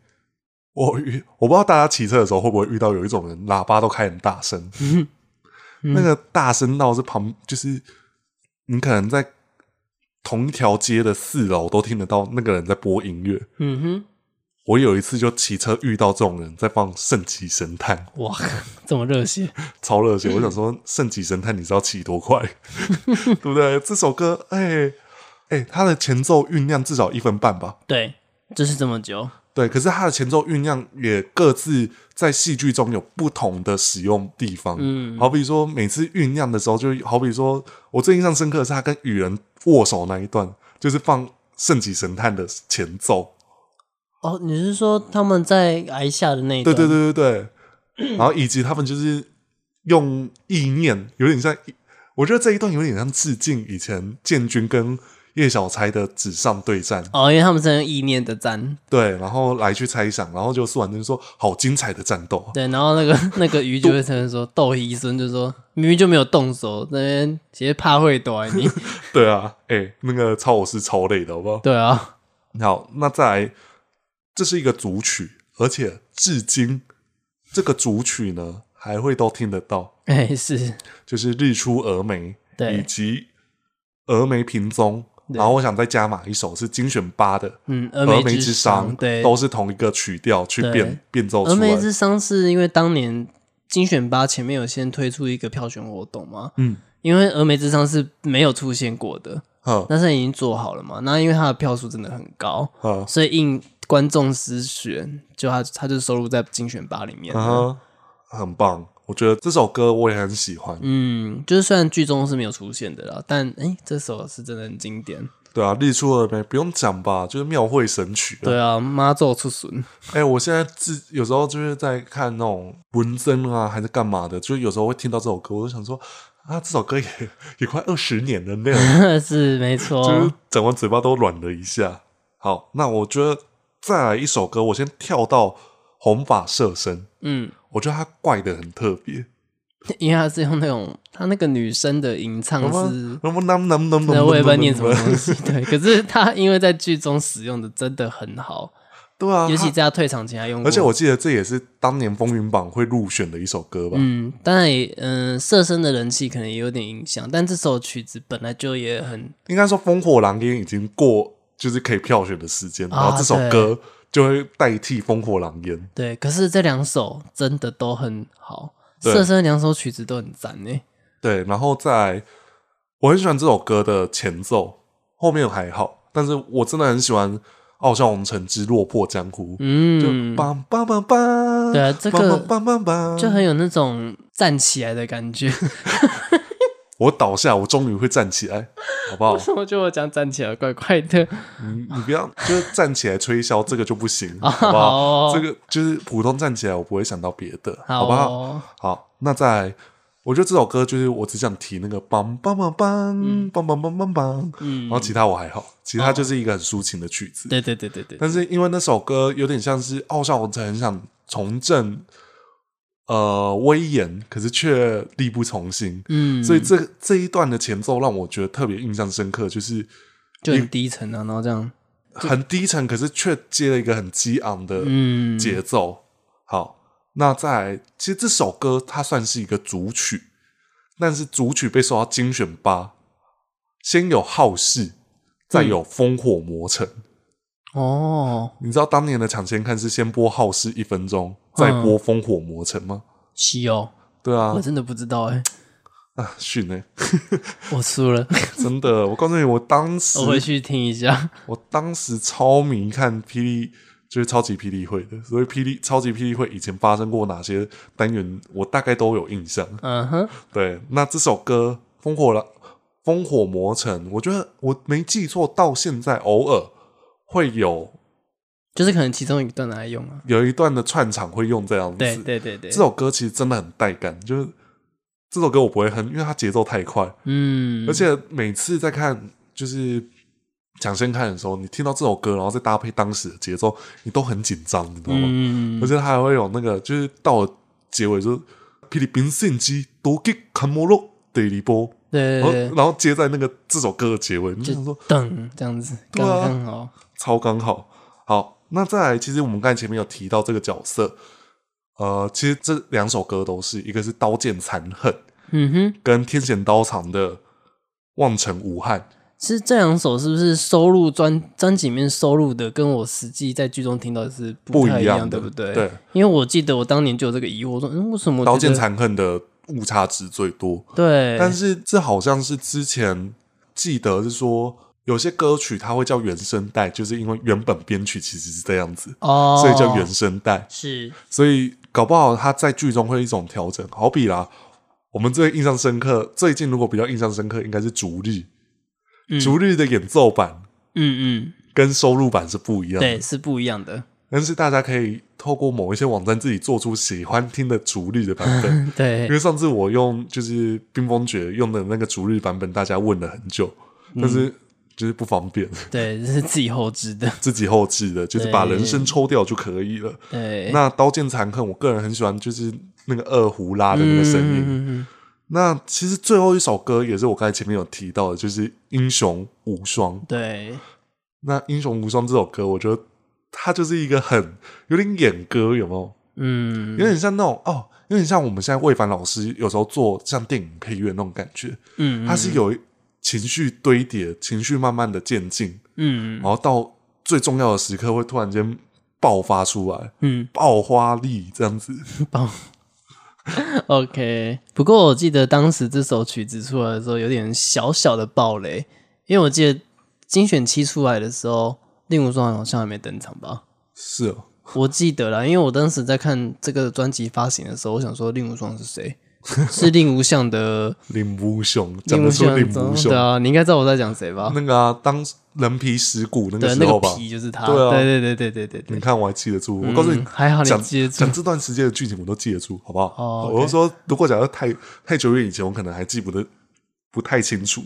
Speaker 1: 我遇我不知道大家骑车的时候会不会遇到有一种人，喇叭都开很大声， 那个大声到是旁就是你可能在同一条街的四楼都听得到那个人在播音乐。
Speaker 2: 嗯哼，
Speaker 1: 我有一次就骑车遇到这种人在放《圣骑神探
Speaker 2: 哇，这么热血，》，
Speaker 1: 超热血。我想说，《圣骑神探》你知道骑多快， 对不对？这首歌，哎、哎、它的前奏酝酿至少一分半吧。
Speaker 2: 对，就是这么久，
Speaker 1: 对，可是它的前奏酝酿也各自在戏剧中有不同的使用地方。嗯，好比说每次酝酿的时候，就好比说我最印象深刻的是他跟雨人握手那一段，就是放《圣骑神探》的前奏。
Speaker 2: 哦，你是说他们在崖下的那一
Speaker 1: 对
Speaker 2: 段？
Speaker 1: 对对对对，然后以及他们就是用意念，有点像，我觉得这一段有点像致敬以前建军跟叶小钗的纸上对战，
Speaker 2: 哦，因为他们是用意念的战，
Speaker 1: 对，然后来去猜想，然后就苏婉珍说好精彩的战斗啊，
Speaker 2: 对，然后那个 那个鱼就会承认说，窦医生就说明明就没有动手，那边直接怕会短你，
Speaker 1: 对啊，哎、那个超我是超累的，好不好？
Speaker 2: 对啊，
Speaker 1: 好，那再来，这是一个组曲，而且至今这个组曲呢还会都听得到，
Speaker 2: 哎、是，
Speaker 1: 就是日出峨眉，
Speaker 2: 对
Speaker 1: 以及峨眉屏宗。
Speaker 2: 对
Speaker 1: 然后我想再加码一首是精选八的
Speaker 2: 嗯，
Speaker 1: 《
Speaker 2: 峨
Speaker 1: 峨
Speaker 2: 眉
Speaker 1: 之
Speaker 2: 殇对，
Speaker 1: 都是同一个曲调去
Speaker 2: 对
Speaker 1: 变变奏出
Speaker 2: 峨眉
Speaker 1: 来。
Speaker 2: 之殇是因为当年精选吧前面有先推出一个票选活动嘛，
Speaker 1: 嗯，
Speaker 2: 因为峨眉之殇是没有出现过的，
Speaker 1: 哼
Speaker 2: 但是已经做好了嘛，那因为它的票数真的很高，
Speaker 1: 哼
Speaker 2: 所以应
Speaker 1: 啊
Speaker 2: 观众私选，就它它就收录在精选吧里面了。
Speaker 1: 啊，很棒！我觉得这首歌我也很喜欢，
Speaker 2: 嗯，就是虽然剧中是没有出现的啦，但哎、诶这首是真的很经典。
Speaker 1: 对啊，日出而美不用讲吧，就是庙会神曲、啊。
Speaker 2: 对啊，妈咒出笋，
Speaker 1: 哎、我现在自有时候就是在看那种文增啊，还是干嘛的，就是有时候会听到这首歌，我就想说啊，这首歌也也快二十年了那样，
Speaker 2: 是没错。
Speaker 1: 就是讲完嘴巴都软了一下。好，那我觉得再来一首歌，我先跳到红发射身，
Speaker 2: 嗯，
Speaker 1: 我觉得它怪的很特别，
Speaker 2: 因为他是用那种他那个女生的吟唱
Speaker 1: 什么
Speaker 2: 是，
Speaker 1: 什么nam nam nam nam，
Speaker 2: 那我也不知道念什么 东西。对，可是他因为在剧中使用的真的很好，
Speaker 1: 对啊，
Speaker 2: 尤其
Speaker 1: 它
Speaker 2: 在他退场前还用过。
Speaker 1: 而且我记得这也是当年风云榜会入选的一首歌吧？
Speaker 2: 嗯，当然也，嗯，色身的人气可能也有点影响，但这首曲子本来就也很
Speaker 1: 应该说《烽火狼烟》已经过就是可以票选的时间，
Speaker 2: 啊
Speaker 1: 然后这首歌就会代替《烽火狼烟》。
Speaker 2: 对，可是这两首真的都很好，
Speaker 1: 对
Speaker 2: 色身两首曲子都很赞呢。
Speaker 1: 对，然后在我很喜欢这首歌的前奏，后面还好，但是我真的很喜欢《傲笑红尘之落魄江湖》
Speaker 2: 嗯
Speaker 1: 就，梆梆梆梆，
Speaker 2: 对啊这个
Speaker 1: 梆梆梆梆梆，
Speaker 2: 就很有那种站起来的感觉。
Speaker 1: 我倒下，我终于会站起来，好不好
Speaker 2: 为？什么就我讲站起来怪怪的？
Speaker 1: 你你不要 就是站起来吹箫，这个就不 行，
Speaker 2: 啊
Speaker 1: 好不
Speaker 2: 好哦
Speaker 1: 好？这个就是普通站起来，我不会想到别的，好不好？
Speaker 2: 哦
Speaker 1: 好，那在我觉得这首歌就是我只想提那个梆梆梆梆梆梆梆梆梆，
Speaker 2: 嗯哦
Speaker 1: 然后其他我还好，其他就是一个很抒情的曲子。
Speaker 2: 对对对对对，
Speaker 1: 但是因为那首歌有点像是傲笑，我很想重振呃威严，可是却力不从心，
Speaker 2: 嗯，
Speaker 1: 所以这这一段的前奏让我觉得特别印象深刻，就是
Speaker 2: 就很低沉啊，然后这样，
Speaker 1: 很低沉，可是却接了一个很激昂的
Speaker 2: 嗯，
Speaker 1: 节奏。好，那再来，其实这首歌它算是一个主曲，但是主曲被受到精选八，先有好事，再有烽火魔城。
Speaker 2: 哦，
Speaker 1: 你知道当年的抢先看是先播好事一分钟，
Speaker 2: 嗯
Speaker 1: 再播烽火魔城吗？
Speaker 2: 西哦，
Speaker 1: 对啊
Speaker 2: 我，真的不知道哎，
Speaker 1: 啊逊呢、
Speaker 2: 我输 了，
Speaker 1: 真的，我告诉你，我当时
Speaker 2: 我回去听一下。
Speaker 1: 我当时超迷看霹雳，就是超级霹雳会的，所以霹雳超级霹雳会以前发生过哪些单元，我大概都有印象。
Speaker 2: 嗯哼，
Speaker 1: 对，那这首歌《烽火了烽火魔城》，我觉得我没记错，到现在偶尔会有
Speaker 2: 就是可能其中一段拿来用啊。
Speaker 1: 有一段的串场会用这样子。
Speaker 2: 对对对对，
Speaker 1: 这首歌其实真的很带感，就是这首歌我不会哼，因为它节奏太快，
Speaker 2: 嗯，
Speaker 1: 而且每次在看就是。抢先看的时候，你听到这首歌，然后再搭配当时的节奏，你都很紧张，你知道吗？
Speaker 2: 嗯
Speaker 1: 而且它还会有那个，就是到了结尾就是霹雳兵信机多给看摩洛得一波，呃
Speaker 2: 对
Speaker 1: 然后
Speaker 2: 对对，
Speaker 1: 然后接在那个这首歌的结尾，你哦就
Speaker 2: 就
Speaker 1: 想说
Speaker 2: 噔这样子，
Speaker 1: 对
Speaker 2: 刚
Speaker 1: 啊
Speaker 2: 刚好。
Speaker 1: 超刚好。好，那再来，其实我们刚才前面有提到这个角色，呃，其实这两首歌都是，一个是《刀剑残恨》
Speaker 2: 嗯哼，
Speaker 1: 跟《天险刀藏》的《望尘无憾》。
Speaker 2: 其实这两首是不是收录专专辑里面收录的，跟我实际在剧中听到的是
Speaker 1: 不
Speaker 2: 太
Speaker 1: 一
Speaker 2: 一
Speaker 1: 样
Speaker 2: 对
Speaker 1: 的
Speaker 2: 不对？
Speaker 1: 对，
Speaker 2: 因为我记得我当年就有这个疑惑，我说嗯，为什么
Speaker 1: 《
Speaker 2: 我
Speaker 1: 刀
Speaker 2: 觉
Speaker 1: 剑
Speaker 2: 得
Speaker 1: 残恨》的误差值最多，
Speaker 2: 对，
Speaker 1: 但是这好像是之前记得是说。有些歌曲它会叫原声带，就是因为原本编曲其实是这样子，
Speaker 2: 哦，
Speaker 1: 所以叫原声带。
Speaker 2: 是
Speaker 1: 所以搞不好他在剧中会有一种调整。好比啦，我们最印象深刻，最近如果比较印象深刻，应该是逐日，
Speaker 2: 嗯
Speaker 1: 逐日的演奏版
Speaker 2: 嗯嗯，
Speaker 1: 跟收录版是不一样的。
Speaker 2: 对，是不一样的，
Speaker 1: 但是大家可以透过某一些网站自己做出喜欢听的逐日的版本。因
Speaker 2: 对，
Speaker 1: 为上次我用就是《冰封诀》用的那个逐日版本，大家问了很久，
Speaker 2: 嗯
Speaker 1: 但是就是不方便，
Speaker 2: 对，这是自己后置的，
Speaker 1: 自己后置的，就是把
Speaker 2: 对
Speaker 1: 人声抽掉就可以了。
Speaker 2: 对，
Speaker 1: 那《刀剑残恨》，我个人很喜欢，就是那个二胡拉的那个声音。
Speaker 2: 嗯嗯
Speaker 1: 那其实最后一首歌也是我刚才前面有提到的，就是《英雄无双》。
Speaker 2: 对，
Speaker 1: 那《英雄无双》这首歌，我觉得它就是一个很有点演歌，有没有？
Speaker 2: 嗯
Speaker 1: 有点像那种哦，有点像我们现在魏凡老师有时候做像电影配乐那种感觉，
Speaker 2: 嗯，
Speaker 1: 它是有一情绪堆叠，情绪慢慢的渐进，
Speaker 2: 嗯
Speaker 1: 然后到最重要的时刻会突然间爆发出来，
Speaker 2: 嗯
Speaker 1: 爆发力这样子。
Speaker 2: 棒。OK，不过我记得当时这首曲子出来的时候，有点小小的暴雷，因为我记得精选七出来的时候，令狐霜好像还没登场吧？
Speaker 1: 是哦，
Speaker 2: 我记得啦，因为我当时在看这个专辑发行的时候，我想说令无双 是谁？是令无相的
Speaker 1: 令武雄讲
Speaker 2: 令
Speaker 1: 得
Speaker 2: 无
Speaker 1: 出
Speaker 2: 相
Speaker 1: 令武雄
Speaker 2: 对，啊，你应该知道我在讲谁吧？
Speaker 1: 那个啊，当人皮石骨那个
Speaker 2: 对，
Speaker 1: 时
Speaker 2: 那
Speaker 1: 候
Speaker 2: 个
Speaker 1: 吧，
Speaker 2: 皮就是他。
Speaker 1: 对啊
Speaker 2: 对对对对对对
Speaker 1: 你看我还记得住，我告诉你
Speaker 2: 嗯，还好你
Speaker 1: 讲
Speaker 2: 记得住
Speaker 1: 讲这段时间的剧情我都记得住，好不好？
Speaker 2: 哦
Speaker 1: 我是
Speaker 2: OK
Speaker 1: 说，如果假如太太久远以前，我可能还记不得不太清楚。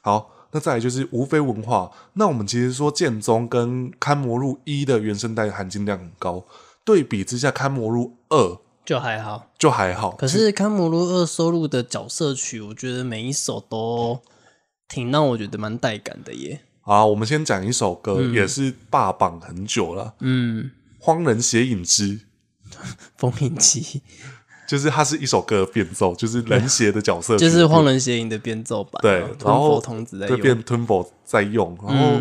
Speaker 1: 好，那再来就是无非文化。那我们其实说剑宗跟勘魔录一的原声带含金量很高，对比之下，勘魔录二
Speaker 2: 就还好。
Speaker 1: 就还好。
Speaker 2: 可是《康姆路二》收录的角色曲，我觉得每一首都挺让我觉得蛮带感的耶。
Speaker 1: 啊，我们先讲一首歌，也是霸榜很久了，
Speaker 2: 嗯，
Speaker 1: 荒人邪影之》。
Speaker 2: 风鸣期
Speaker 1: 就是它是一首歌的变奏，就是人邪的角色，
Speaker 2: 就是荒人谐影的编奏版啊，
Speaker 1: 对，然
Speaker 2: 吞
Speaker 1: 后
Speaker 2: 佛童子在
Speaker 1: 对变
Speaker 2: 用。嗯
Speaker 1: 吞佛在用，然后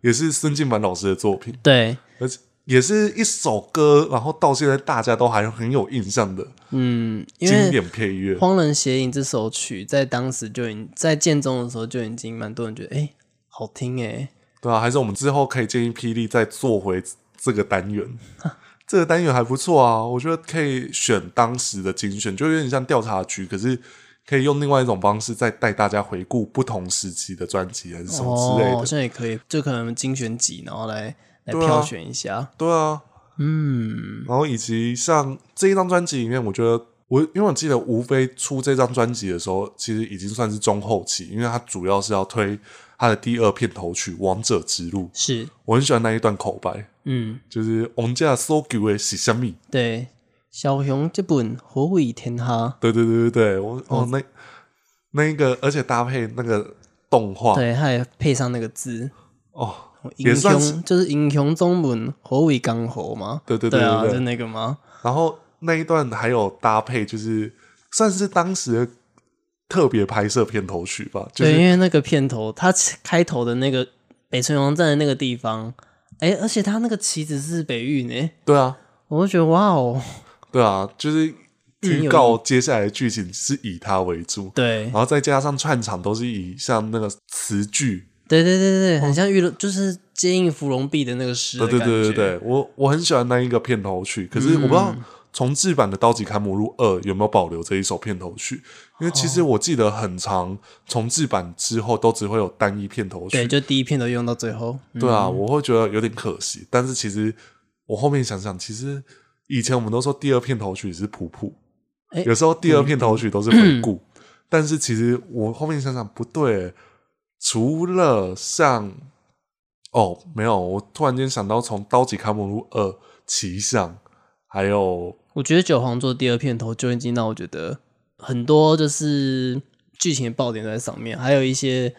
Speaker 1: 也是孙敬凡老师的作品，
Speaker 2: 对，
Speaker 1: 而且也是一首歌，然后到现在大家都还很有印象的
Speaker 2: 嗯，因
Speaker 1: 经
Speaker 2: 为
Speaker 1: 典配乐。
Speaker 2: 《荒人邪影》这首曲在当时就已经在建中的时候就已经蛮多人觉得，哎、好听哎、
Speaker 1: 对啊，还是我们之后可以建议霹雳再做回这个单元，这个单元还不错啊，我觉得可以选当时的精选，就有点像调查局，可是。可以用另外一种方式再带大家回顾不同时期的专辑还是什么之类
Speaker 2: 哦，
Speaker 1: 的，
Speaker 2: 好像也可以，就可能精选集，然后来来
Speaker 1: 对啊
Speaker 2: 票选一下。
Speaker 1: 对啊，
Speaker 2: 嗯，
Speaker 1: 然后以及像这一张专辑里面，我觉得我因为我记得吴飞出这张专辑的时候，其实已经算是中后期，因为他主要是要推他的第二片头曲《王者之路》，
Speaker 2: 是，
Speaker 1: 我很喜欢那一段口白，
Speaker 2: 嗯，
Speaker 1: 就是“王家搜狗的是什么
Speaker 2: 对，小熊这本《火为天下》，
Speaker 1: 对对对对对，我
Speaker 2: 嗯
Speaker 1: 哦那那一个，而且搭配那个动画，
Speaker 2: 对，它也配上那个字，
Speaker 1: 哦，也
Speaker 2: 英
Speaker 1: 算是
Speaker 2: 雄就是英雄中文火为刚猴嘛。
Speaker 1: 对对
Speaker 2: 对
Speaker 1: 对
Speaker 2: 啊，
Speaker 1: 对
Speaker 2: 就那个吗？
Speaker 1: 然后那一段还有搭配，就是算是当时的特别拍摄片头曲吧，就
Speaker 2: 对，
Speaker 1: 是
Speaker 2: 因为那个片头，它开头的那个北辰王站的那个地方，哎、而且它那个旗子是北域呢，
Speaker 1: 对啊，
Speaker 2: 我就觉得哇哦，
Speaker 1: 对啊，就是
Speaker 2: 挺有
Speaker 1: 预告接下来的剧情是以它为主，
Speaker 2: 对
Speaker 1: 然，后再加上串场都是以像那个词句，
Speaker 2: 对对对对，很像娱乐，就是接应芙蓉壁的那个诗的
Speaker 1: 哦对对
Speaker 2: 感
Speaker 1: 对
Speaker 2: 觉嗯
Speaker 1: 对对，我我很喜欢那一个片头曲，可是我不知道重制版的《刀戟砍母录二》有没有保留这一首片头曲，因为其
Speaker 2: 哦
Speaker 1: 实我记得很长，重制版之后都只会有单一片头
Speaker 2: 对
Speaker 1: 曲，
Speaker 2: 就第一片头用到最后，嗯
Speaker 1: 对啊，我会觉得有点可惜，但是其实我后面想想，其实以前我们都说第二片头曲是普普，
Speaker 2: 诶嗯
Speaker 1: 有时候第二片头曲都是回顾，但是其实我后面想想不对，除了像哦没有，我突然间想到从《刀戟开门路二》《奇象》，还有
Speaker 2: 我觉得九皇做第二片头就已经让我觉得很多就是剧情的爆点都在上面，还有一些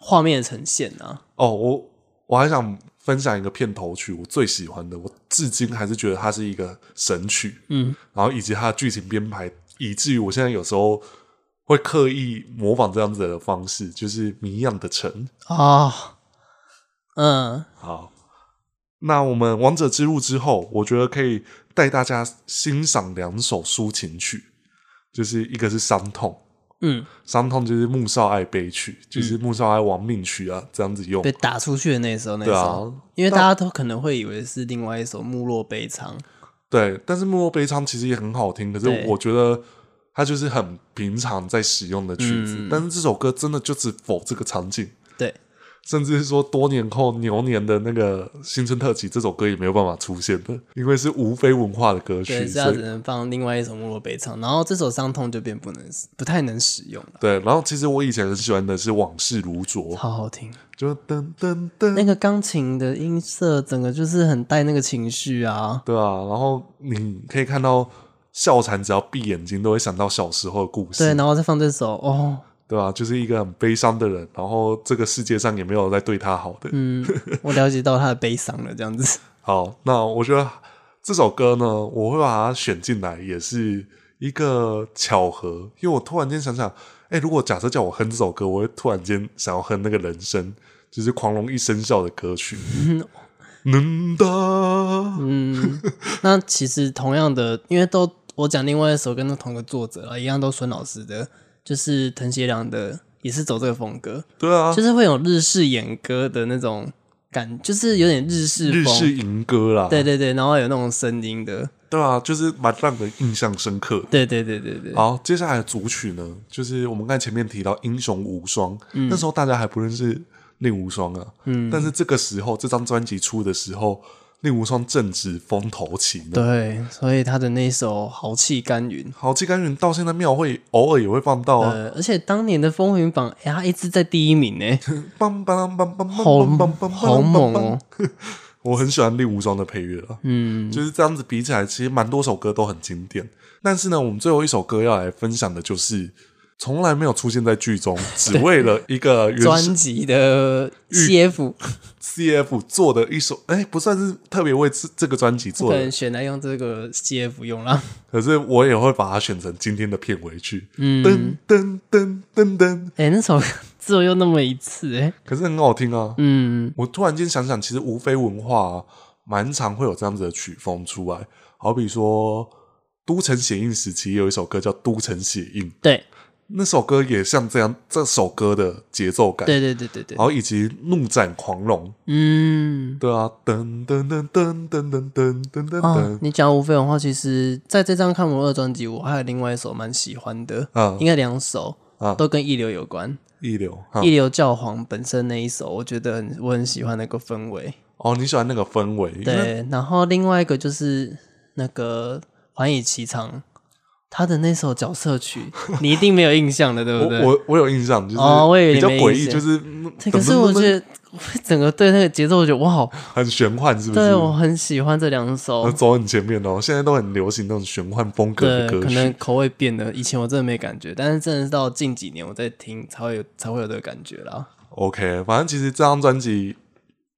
Speaker 2: 画面的呈现啊，
Speaker 1: 哦我我还想分享一个片头曲，我最喜欢的，我至今还是觉得它是一个神曲，
Speaker 2: 嗯，
Speaker 1: 然后以及它的剧情编排，以至于我现在有时候会刻意模仿这样子的方式，就是《谜样的城》。
Speaker 2: 啊，嗯，
Speaker 1: 好，那我们《王者之路》之后，我觉得可以带大家欣赏两首抒情曲，就是一个是《伤痛》，
Speaker 2: 嗯，
Speaker 1: 伤痛就是穆少爱悲曲，就是穆少爱亡命曲啊，这样子用
Speaker 2: 被。打出去的那时候，那时
Speaker 1: 对
Speaker 2: 候，
Speaker 1: 啊，
Speaker 2: 因为大家都可能会以为是另外一首《幕落悲伤》，
Speaker 1: 对，但是《幕后悲伤》其实也很好听，可是
Speaker 2: 对
Speaker 1: 我觉得它就是很平常在使用的曲子，
Speaker 2: 嗯
Speaker 1: 但是这首歌真的就只否这个场景，
Speaker 2: 对，
Speaker 1: 甚至是说多年后牛年的那个新春特辑，这首歌也没有办法出现的，因为是无非文化的歌曲，
Speaker 2: 对，是
Speaker 1: 所
Speaker 2: 要
Speaker 1: 以
Speaker 2: 只能放另外一首《幕落悲伤》，然后这首《伤痛》就变不能不太能使用了，
Speaker 1: 对。然后其实我以前很喜欢的是《往事如昨》，
Speaker 2: 好好听。
Speaker 1: 就噔噔噔，
Speaker 2: 那个钢琴的音色，整个就是很带那个情绪啊。
Speaker 1: 对啊。然后你可以看到笑禅只要闭眼睛都会想到小时候的故事，
Speaker 2: 对，然后再放这首，哦，
Speaker 1: 对吧、就是一个很悲伤的人，然后这个世界上也没有在对他好的。
Speaker 2: 嗯，我了解到他的悲伤了，这样子。
Speaker 1: 好，那我觉得这首歌呢，我会把它选进来，也是一个巧合，因为我突然间想想，哎、如果假设叫我哼这首歌，我会突然间想要哼那个人声，就是狂龙一声笑的歌曲。能的，
Speaker 2: 嗯，那其实同样的，因为都我讲另外一首跟同个作者啊，一样都孙老师的，就是藤胁良的，也是走这个风格，
Speaker 1: 对啊，
Speaker 2: 就是会有日式演歌的那种感，就是有点日式
Speaker 1: 日
Speaker 2: 风，
Speaker 1: 式银歌啦，
Speaker 2: 对对对，然后有那种声音的，
Speaker 1: 对啊，就是蛮让人印象深刻的。
Speaker 2: 对对对对对，
Speaker 1: 好，接下来的组曲呢，就是我们刚才前面提到《英雄无双》那时候大家还不认识令无双啊，嗯，但是这个时候这张专辑出的时候，令无双正值风头期呢。
Speaker 2: 对，所以他的那首《豪气干云》。
Speaker 1: 好，季甘云到现在庙会偶尔也会放到啊，
Speaker 2: 呃，而且当年的风云榜，哎，他一直在第一名 呢，
Speaker 1: 棒棒棒棒
Speaker 2: 好
Speaker 1: 棒棒棒
Speaker 2: 好猛哦！
Speaker 1: 我很喜欢令无双的配乐啊，嗯，就是这样子比起来，其实蛮多首歌都很经典。但是呢，我们最后一首歌要来分享的就是从来没有出现在剧中，只为了一个原
Speaker 2: 专辑的 CF
Speaker 1: CF 做的一首，哎，不算是特别为这这个专辑做
Speaker 2: 可
Speaker 1: 的
Speaker 2: 能，选来用这个 CF 用 啦。
Speaker 1: 可是我也会把它选成今天的片尾曲，噔噔噔噔噔，
Speaker 2: 嗯哎、那首歌只有用那么一次、哎，
Speaker 1: 可是很好听啊。
Speaker 2: 嗯，
Speaker 1: 我突然间想想，其实无非文化、啊、蛮常会有这样子的曲风出来，好比说都城血印时期有一首歌叫《都城血印》，
Speaker 2: 对，
Speaker 1: 那首歌也像这样这首歌的节奏感，
Speaker 2: 对对对对对
Speaker 1: 然，后以及怒斩狂龙，
Speaker 2: 嗯，
Speaker 1: 对啊，噔噔噔噔噔噔噔噔噔
Speaker 2: 哦
Speaker 1: 噔，，
Speaker 2: 你讲无非文化，其实在这张《看我二》专辑，我还有另外一首蛮喜欢的，
Speaker 1: 嗯
Speaker 2: 应该两首
Speaker 1: 嗯
Speaker 2: 都跟一流有关。
Speaker 1: 一流，哈
Speaker 2: 一流教皇本身那一首，我觉得很我很喜欢那个氛围。
Speaker 1: 哦，你喜欢那个氛围，因为
Speaker 2: 对，然后另外一个就是那个《环宇奇长》，他的那首角色 曲，你一定没有印象的，对不对？
Speaker 1: 我我我有印象，就是
Speaker 2: 哦我也有
Speaker 1: 比较
Speaker 2: 点
Speaker 1: 诡
Speaker 2: 没印
Speaker 1: 异，
Speaker 2: 象
Speaker 1: 就是
Speaker 2: 对可是我觉得我整个对那个节奏，我觉得哇，好
Speaker 1: 很玄幻，是不是
Speaker 2: 对？我很喜欢这两
Speaker 1: 我
Speaker 2: 首。
Speaker 1: 走很前面哦，现在都很流行那种玄幻风格
Speaker 2: 对
Speaker 1: 的，歌
Speaker 2: 可能
Speaker 1: 曲。
Speaker 2: 口味变了，以前我真的没感觉，但是真的是到近几年我在听才会有才会有这个感觉啦。
Speaker 1: OK，反正其实这张专辑，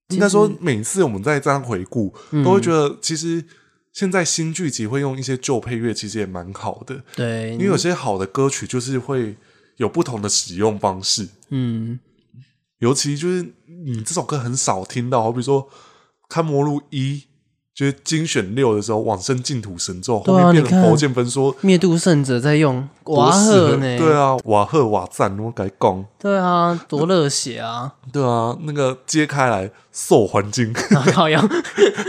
Speaker 1: 应该说每次我们在这样回顾，
Speaker 2: 嗯
Speaker 1: 都会觉得其实现在新剧集会用一些旧配乐，其实也蛮好的，
Speaker 2: 对，
Speaker 1: 因为有些好的歌曲就是会有不同的使用方式。
Speaker 2: 嗯，
Speaker 1: 尤其就是你这首歌很少听到，好比说《看魔录一》，就是精选六的时候，往生净土神咒
Speaker 2: 对
Speaker 1: 后面
Speaker 2: 啊
Speaker 1: 变
Speaker 2: 你
Speaker 1: 成
Speaker 2: 看
Speaker 1: 佛剑分说，
Speaker 2: 灭度圣者在用
Speaker 1: 多
Speaker 2: 瓦
Speaker 1: 适合
Speaker 2: 赫呢，
Speaker 1: 对啊，瓦赫瓦赞，我改讲，
Speaker 2: 对啊，多热血啊！
Speaker 1: 对啊，那个揭开来受环境，
Speaker 2: 然后靠腰，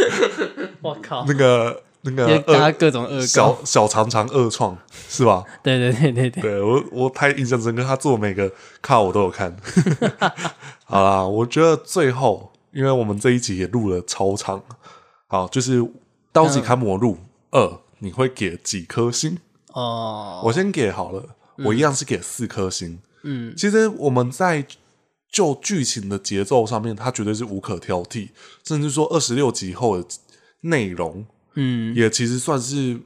Speaker 2: 我靠，
Speaker 1: 那个那
Speaker 2: 就
Speaker 1: 个
Speaker 2: 大家
Speaker 1: 二
Speaker 2: 各种恶搞，
Speaker 1: 小小长长二创是吧？
Speaker 2: 对对对对对，
Speaker 1: 对我我太印象深刻，他做每个卡我都有看。 好啦，我觉得最后，因为我们这一集也录了超长，好，就是《刀戟砍魔录二》，你会给几颗星？
Speaker 2: 哦，
Speaker 1: 我先给好了，我一样是给四颗星。
Speaker 2: 嗯，
Speaker 1: 其实我们在就剧情的节奏上面，它绝对是无可挑剔，甚至说二十六集后的内容
Speaker 2: 嗯，
Speaker 1: 也其实算是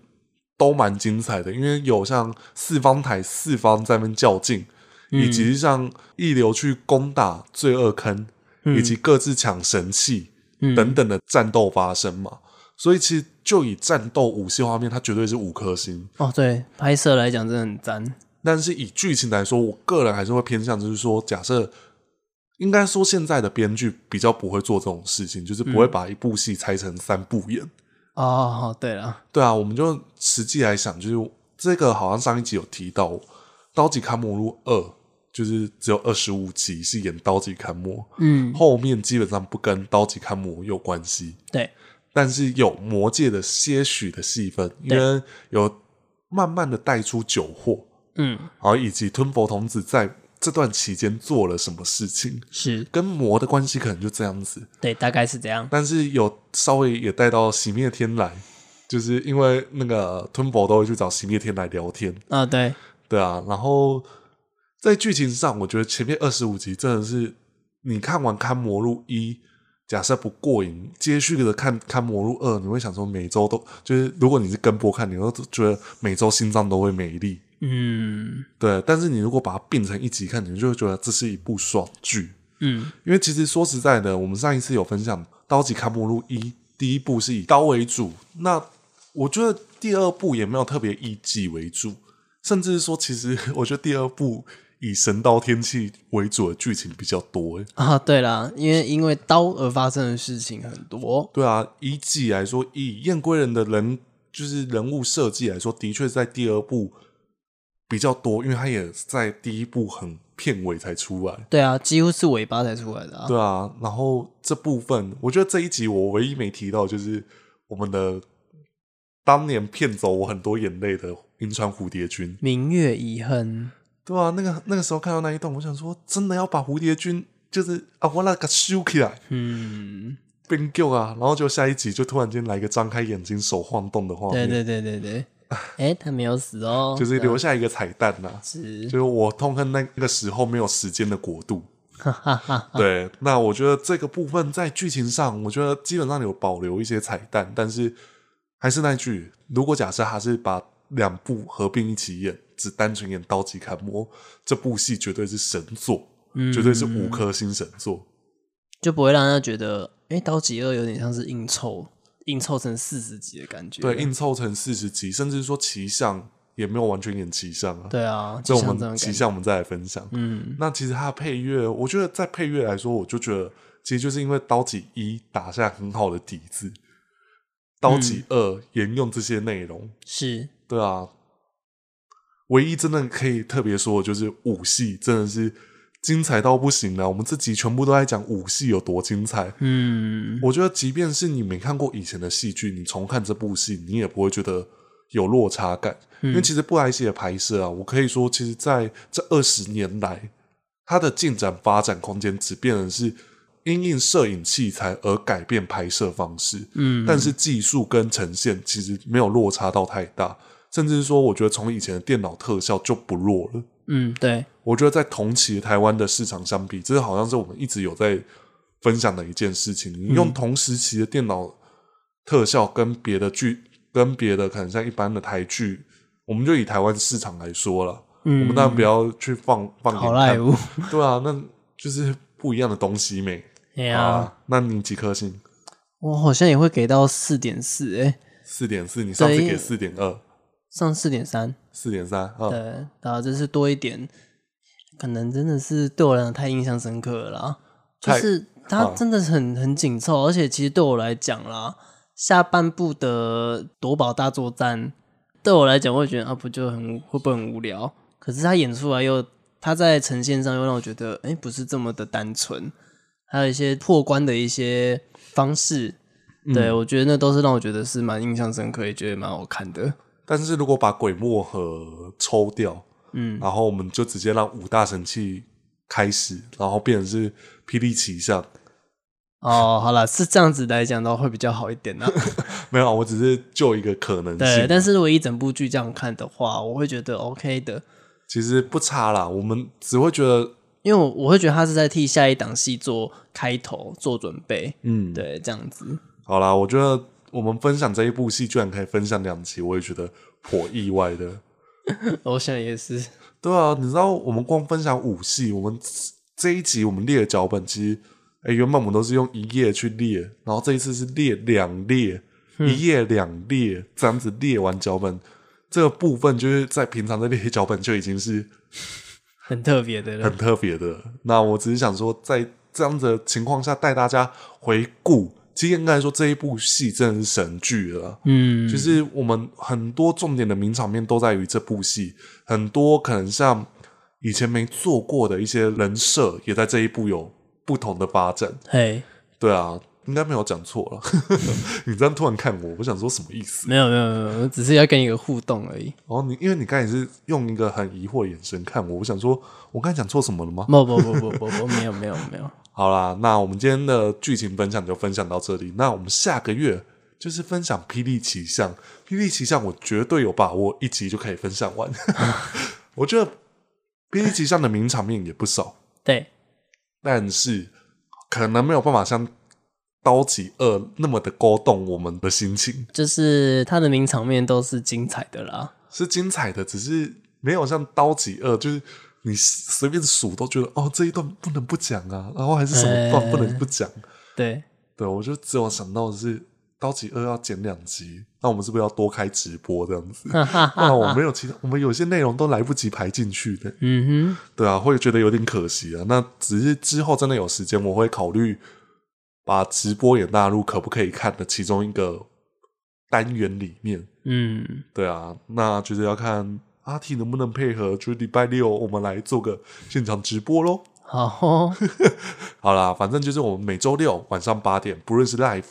Speaker 1: 都蛮精彩的，因为有像四方台四方在那边较劲，以及像一流去攻打罪恶坑，以及各自抢神器、
Speaker 2: 嗯
Speaker 1: 等等的战斗发生嘛。所以其实就以战斗武戏画面，它绝对是五颗星。
Speaker 2: 哦，对，拍摄来讲真的很赞，
Speaker 1: 但是以剧情来说，我个人还是会偏向，就是说，假设应该说现在的编剧比较不会做这种事情，就是不会把一部戏拆成三部演。
Speaker 2: 哦，对了，
Speaker 1: 对啊，我们就实际来想，就是这个好像上一集有提到《刀戟砍魔录二》，就是只有二十五集是演刀戟砍魔，
Speaker 2: 嗯，
Speaker 1: 后面基本上不跟刀戟砍魔有关系，
Speaker 2: 对，
Speaker 1: 但是有魔界的些许的戏份，因
Speaker 2: 对
Speaker 1: 为有慢慢的带出酒祸，
Speaker 2: 嗯，
Speaker 1: 然后以及吞佛童子在这段期间做了什么事情，
Speaker 2: 是
Speaker 1: 跟魔的关系可能就这样子。
Speaker 2: 对，大概是这样，
Speaker 1: 但是有稍微也带到熄灭天来，就是因为那个吞博都会去找熄灭天来聊天，
Speaker 2: 啊，对，
Speaker 1: 对啊。然后在剧情上，我觉得前面二十五集真的是你看完《看魔录一》，假设不过瘾，接续的看《看魔录二》，你会想说每周都就是，如果你是跟播看，你会觉得每周心脏都会美丽，
Speaker 2: 嗯
Speaker 1: 对。但是你如果把它并成一集看，你就会觉得这是一部爽剧。
Speaker 2: 嗯，
Speaker 1: 因为其实说实在的，我们上一次有分享《刀戟看末路一》，第一部是以刀为主，那我觉得第二部也没有特别以戟为主，甚至是说，其实 我觉得第二部以神刀天气为主的剧情比较多。欸
Speaker 2: 啊，对了，因为因为刀而发生的事情很多，
Speaker 1: 对啊，以戟来说，以燕归人的人就是人物设计来说，的确在第二部比较多，因为他也在第一部很片尾才出来。
Speaker 2: 对啊，几乎是尾巴才出来的啊。
Speaker 1: 对啊，然后这部分，我觉得这一集我唯一没提到就是我们的当年骗走我很多眼泪的银川蝴蝶君，
Speaker 2: 明月遗恨，
Speaker 1: 对啊，那个那个时候看到那一段，我想说，真的要把蝴蝶君就是啊，我那个修起来
Speaker 2: 嗯，
Speaker 1: 变救啊，然后就下一集就突然间来一个张开眼睛手晃动的画
Speaker 2: 对
Speaker 1: 面，
Speaker 2: 对 对对对，哎、他没有死哦，
Speaker 1: 就是留下一个彩蛋啊呐、
Speaker 2: 是
Speaker 1: 就是我痛恨那个时候没有时间的国 度。
Speaker 2: 哈哈哈，
Speaker 1: 对，那我觉得这个部分在剧情上，我觉得基本上有保留一些彩蛋，但是还是那句，如果假设他是把两部合并一起演，只单纯演刀戟砍魔，这部戏绝对是神作，
Speaker 2: 嗯
Speaker 1: 绝对是五颗星神作。
Speaker 2: 就不会让人家觉得，哎、刀戟二有点像是硬凑，硬凑成四十集的感觉。
Speaker 1: 对，硬凑成四十集，甚至说骑象也没有完全演骑象啊。，
Speaker 2: 对啊，
Speaker 1: 这
Speaker 2: 就
Speaker 1: 我
Speaker 2: 像这种
Speaker 1: 们骑
Speaker 2: 感觉。
Speaker 1: 象我们再来分享。
Speaker 2: 嗯，
Speaker 1: 那其实它的配乐，我觉得在配乐来说，我就觉得其实就是因为《刀戟一》打下很好的底子，《刀戟二》沿用这些内容，
Speaker 2: 是
Speaker 1: 对啊。唯一真的可以特别说的就是武戏，真的是精彩到不行啊了、我们这集全部都在讲武戏有多精彩。
Speaker 2: 嗯，
Speaker 1: 我觉得，即便是你没看过以前的戏剧，你重看这部戏，你也不会觉得有落差感。因为其实布莱希的拍摄啊，我可以说，其实在这二十年来，它的进展发展空间只变成是因应摄影器材而改变拍摄方式，
Speaker 2: 嗯，
Speaker 1: 但是技术跟呈现其实没有落差到太大，甚至是说，我觉得从以前的电脑特效就不弱了。
Speaker 2: 嗯，对，
Speaker 1: 我觉得在同期台湾的市场相比，这好像是我们一直有在分享的一件事情。你
Speaker 2: 嗯
Speaker 1: 用同时期的电脑特效跟别的剧，跟别的可能像一般的台剧，我们就以台湾市场来说了，
Speaker 2: 嗯，
Speaker 1: 我们当然不要去放放眼
Speaker 2: 好哦莱
Speaker 1: 看，
Speaker 2: 坞，
Speaker 1: 对啊，那就是不一样的东西没
Speaker 2: 哎呀，
Speaker 1: 啊。那你几颗星？
Speaker 2: 我好像也会给到四点四，哎，
Speaker 1: 四点四，你上次
Speaker 2: 对
Speaker 1: 给四点二、
Speaker 2: 上四点三，
Speaker 1: 四点三啊，
Speaker 2: 对，啊，这是多一点，可能真的是对我来讲太印象深刻了啦，就
Speaker 1: 太
Speaker 2: 是它
Speaker 1: 啊
Speaker 2: 真的是很很紧凑，而且其实对我来讲啦，下半部的夺宝大作战对我来讲，我会觉得啊，不就很会不会很无聊？可是他演出来又，他在呈现上又让我觉得，哎、不是这么的单纯，还有一些破关的一些方式。
Speaker 1: 嗯
Speaker 2: 对，我觉得那都是让我觉得是蛮印象深刻，也觉得蛮好看的。
Speaker 1: 但是如果把鬼墨盒抽掉，
Speaker 2: 嗯，
Speaker 1: 然后我们就直接让五大神器开始，然后变成是霹雳奇象。
Speaker 2: 哦，好了，是这样子来讲的话会比较好一点呢、
Speaker 1: 没有，啊我只是就一个可能
Speaker 2: 对，
Speaker 1: 性，
Speaker 2: 但是如果一整部剧这样看的话，我会觉得 OK 的，
Speaker 1: 其实不差啦。我们只会觉得，
Speaker 2: 因为我我会觉得他是在替下一档戏做开头、做准备。
Speaker 1: 嗯，
Speaker 2: 对，这样子。
Speaker 1: 好啦，我觉得我们分享这一部戏，居然可以分享两集，我也觉得颇意外的。
Speaker 2: 我想也是，
Speaker 1: 对啊，你知道我们光分享五戏，我们这一集我们列的脚本，其实，哎、原本我们都是用一页去列，然后这一次是列两列，一页两列这样子列完脚本，这个部分就是在平常的列脚本就已经是
Speaker 2: 很特别的人
Speaker 1: 很。特别的。那我只是想说，在这样子的情况下带大家回顾，其实应该说这一部戏真的是神剧了啊。
Speaker 2: 嗯，
Speaker 1: 就是我们很多重点的名场面都在于这部戏，很多可能像以前没做过的一些人设，也在这一部有不同的发展。
Speaker 2: 嘿，
Speaker 1: 对啊，应该没有讲错了。 你这样突然看我，我想说什么意思？
Speaker 2: 没有没有没有，我只是要跟你有互动而已。
Speaker 1: 哦，你因为你刚才是用一个很疑惑的眼神看我，我想说，我刚才讲错什么了吗？
Speaker 2: 不不不不不不，没有没有没有，
Speaker 1: 好啦，那我们今天的剧情分享就分享到这里。那我们下个月就是分享《霹雳奇象》，《霹雳奇象》我绝对有把握一集就可以分享完。我觉得《霹雳奇象》的名场面也不少，
Speaker 2: 对，
Speaker 1: 但是可能没有办法像《刀戟二》那么的勾动我们的心情，
Speaker 2: 就是他的名场面都是精彩的啦。
Speaker 1: 是精彩的，只是没有像《刀戟二》就是。你随便数都觉得哦，这一段不能不讲啊，然后还是什么段不能不讲，
Speaker 2: 对，
Speaker 1: 对，我就只有想到的是《刀戟二》要剪两集，那我们是不是要多开直播这样子？
Speaker 2: 哈哈
Speaker 1: 不然我
Speaker 2: 哈。
Speaker 1: 没有其他，我们有些内容都来不及排进去的，
Speaker 2: 嗯哼，
Speaker 1: 对啊，会觉得有点可惜啊。那只是之后真的有时间，我会考虑把直播也纳入可不可以看的其中一个单元里面。
Speaker 2: 嗯，
Speaker 1: 对啊，那就是要看阿 T 能不能配合，就是礼拜六我们来做个现场直播喽。
Speaker 2: 好哦，
Speaker 1: 好啦，反正就是我们每周六晚上八点，不论是 Live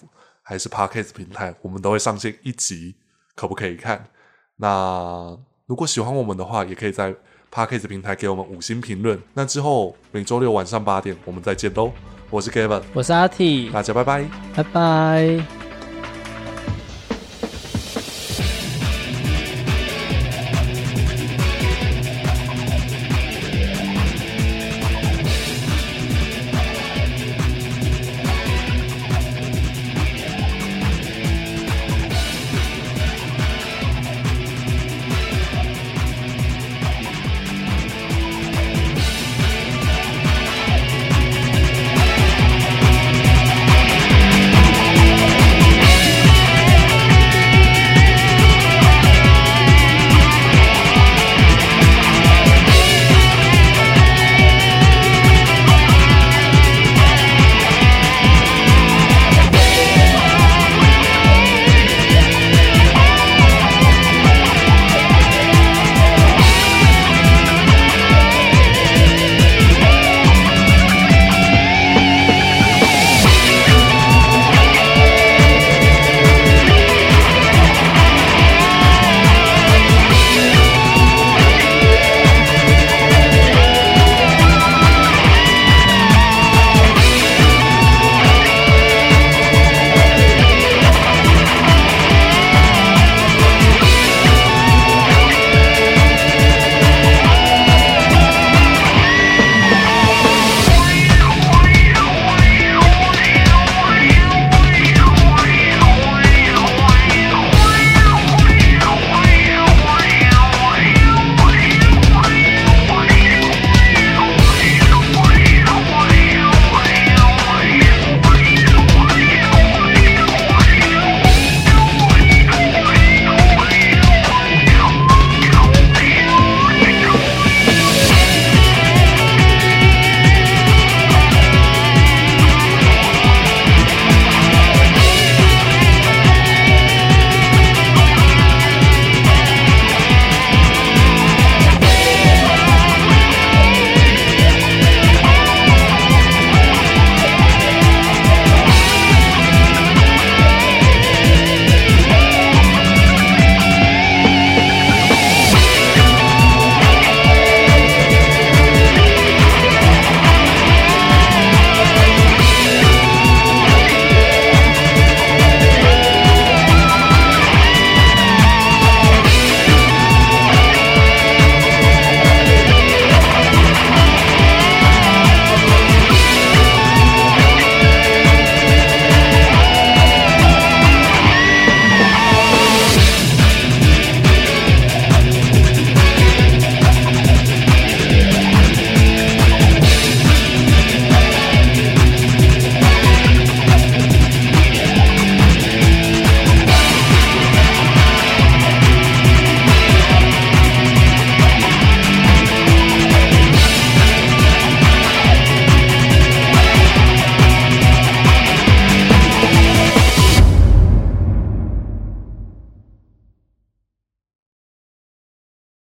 Speaker 1: 还是 Podcast 平台，我们都会上线一集，可不可以看？那如果喜欢我们的话，也可以在 Podcast 平台给我们五星评论。那之后每周六晚上八点，我们再见喽！我是 Kevin，
Speaker 2: 我是阿 T，
Speaker 1: 大家拜拜。
Speaker 2: 拜拜。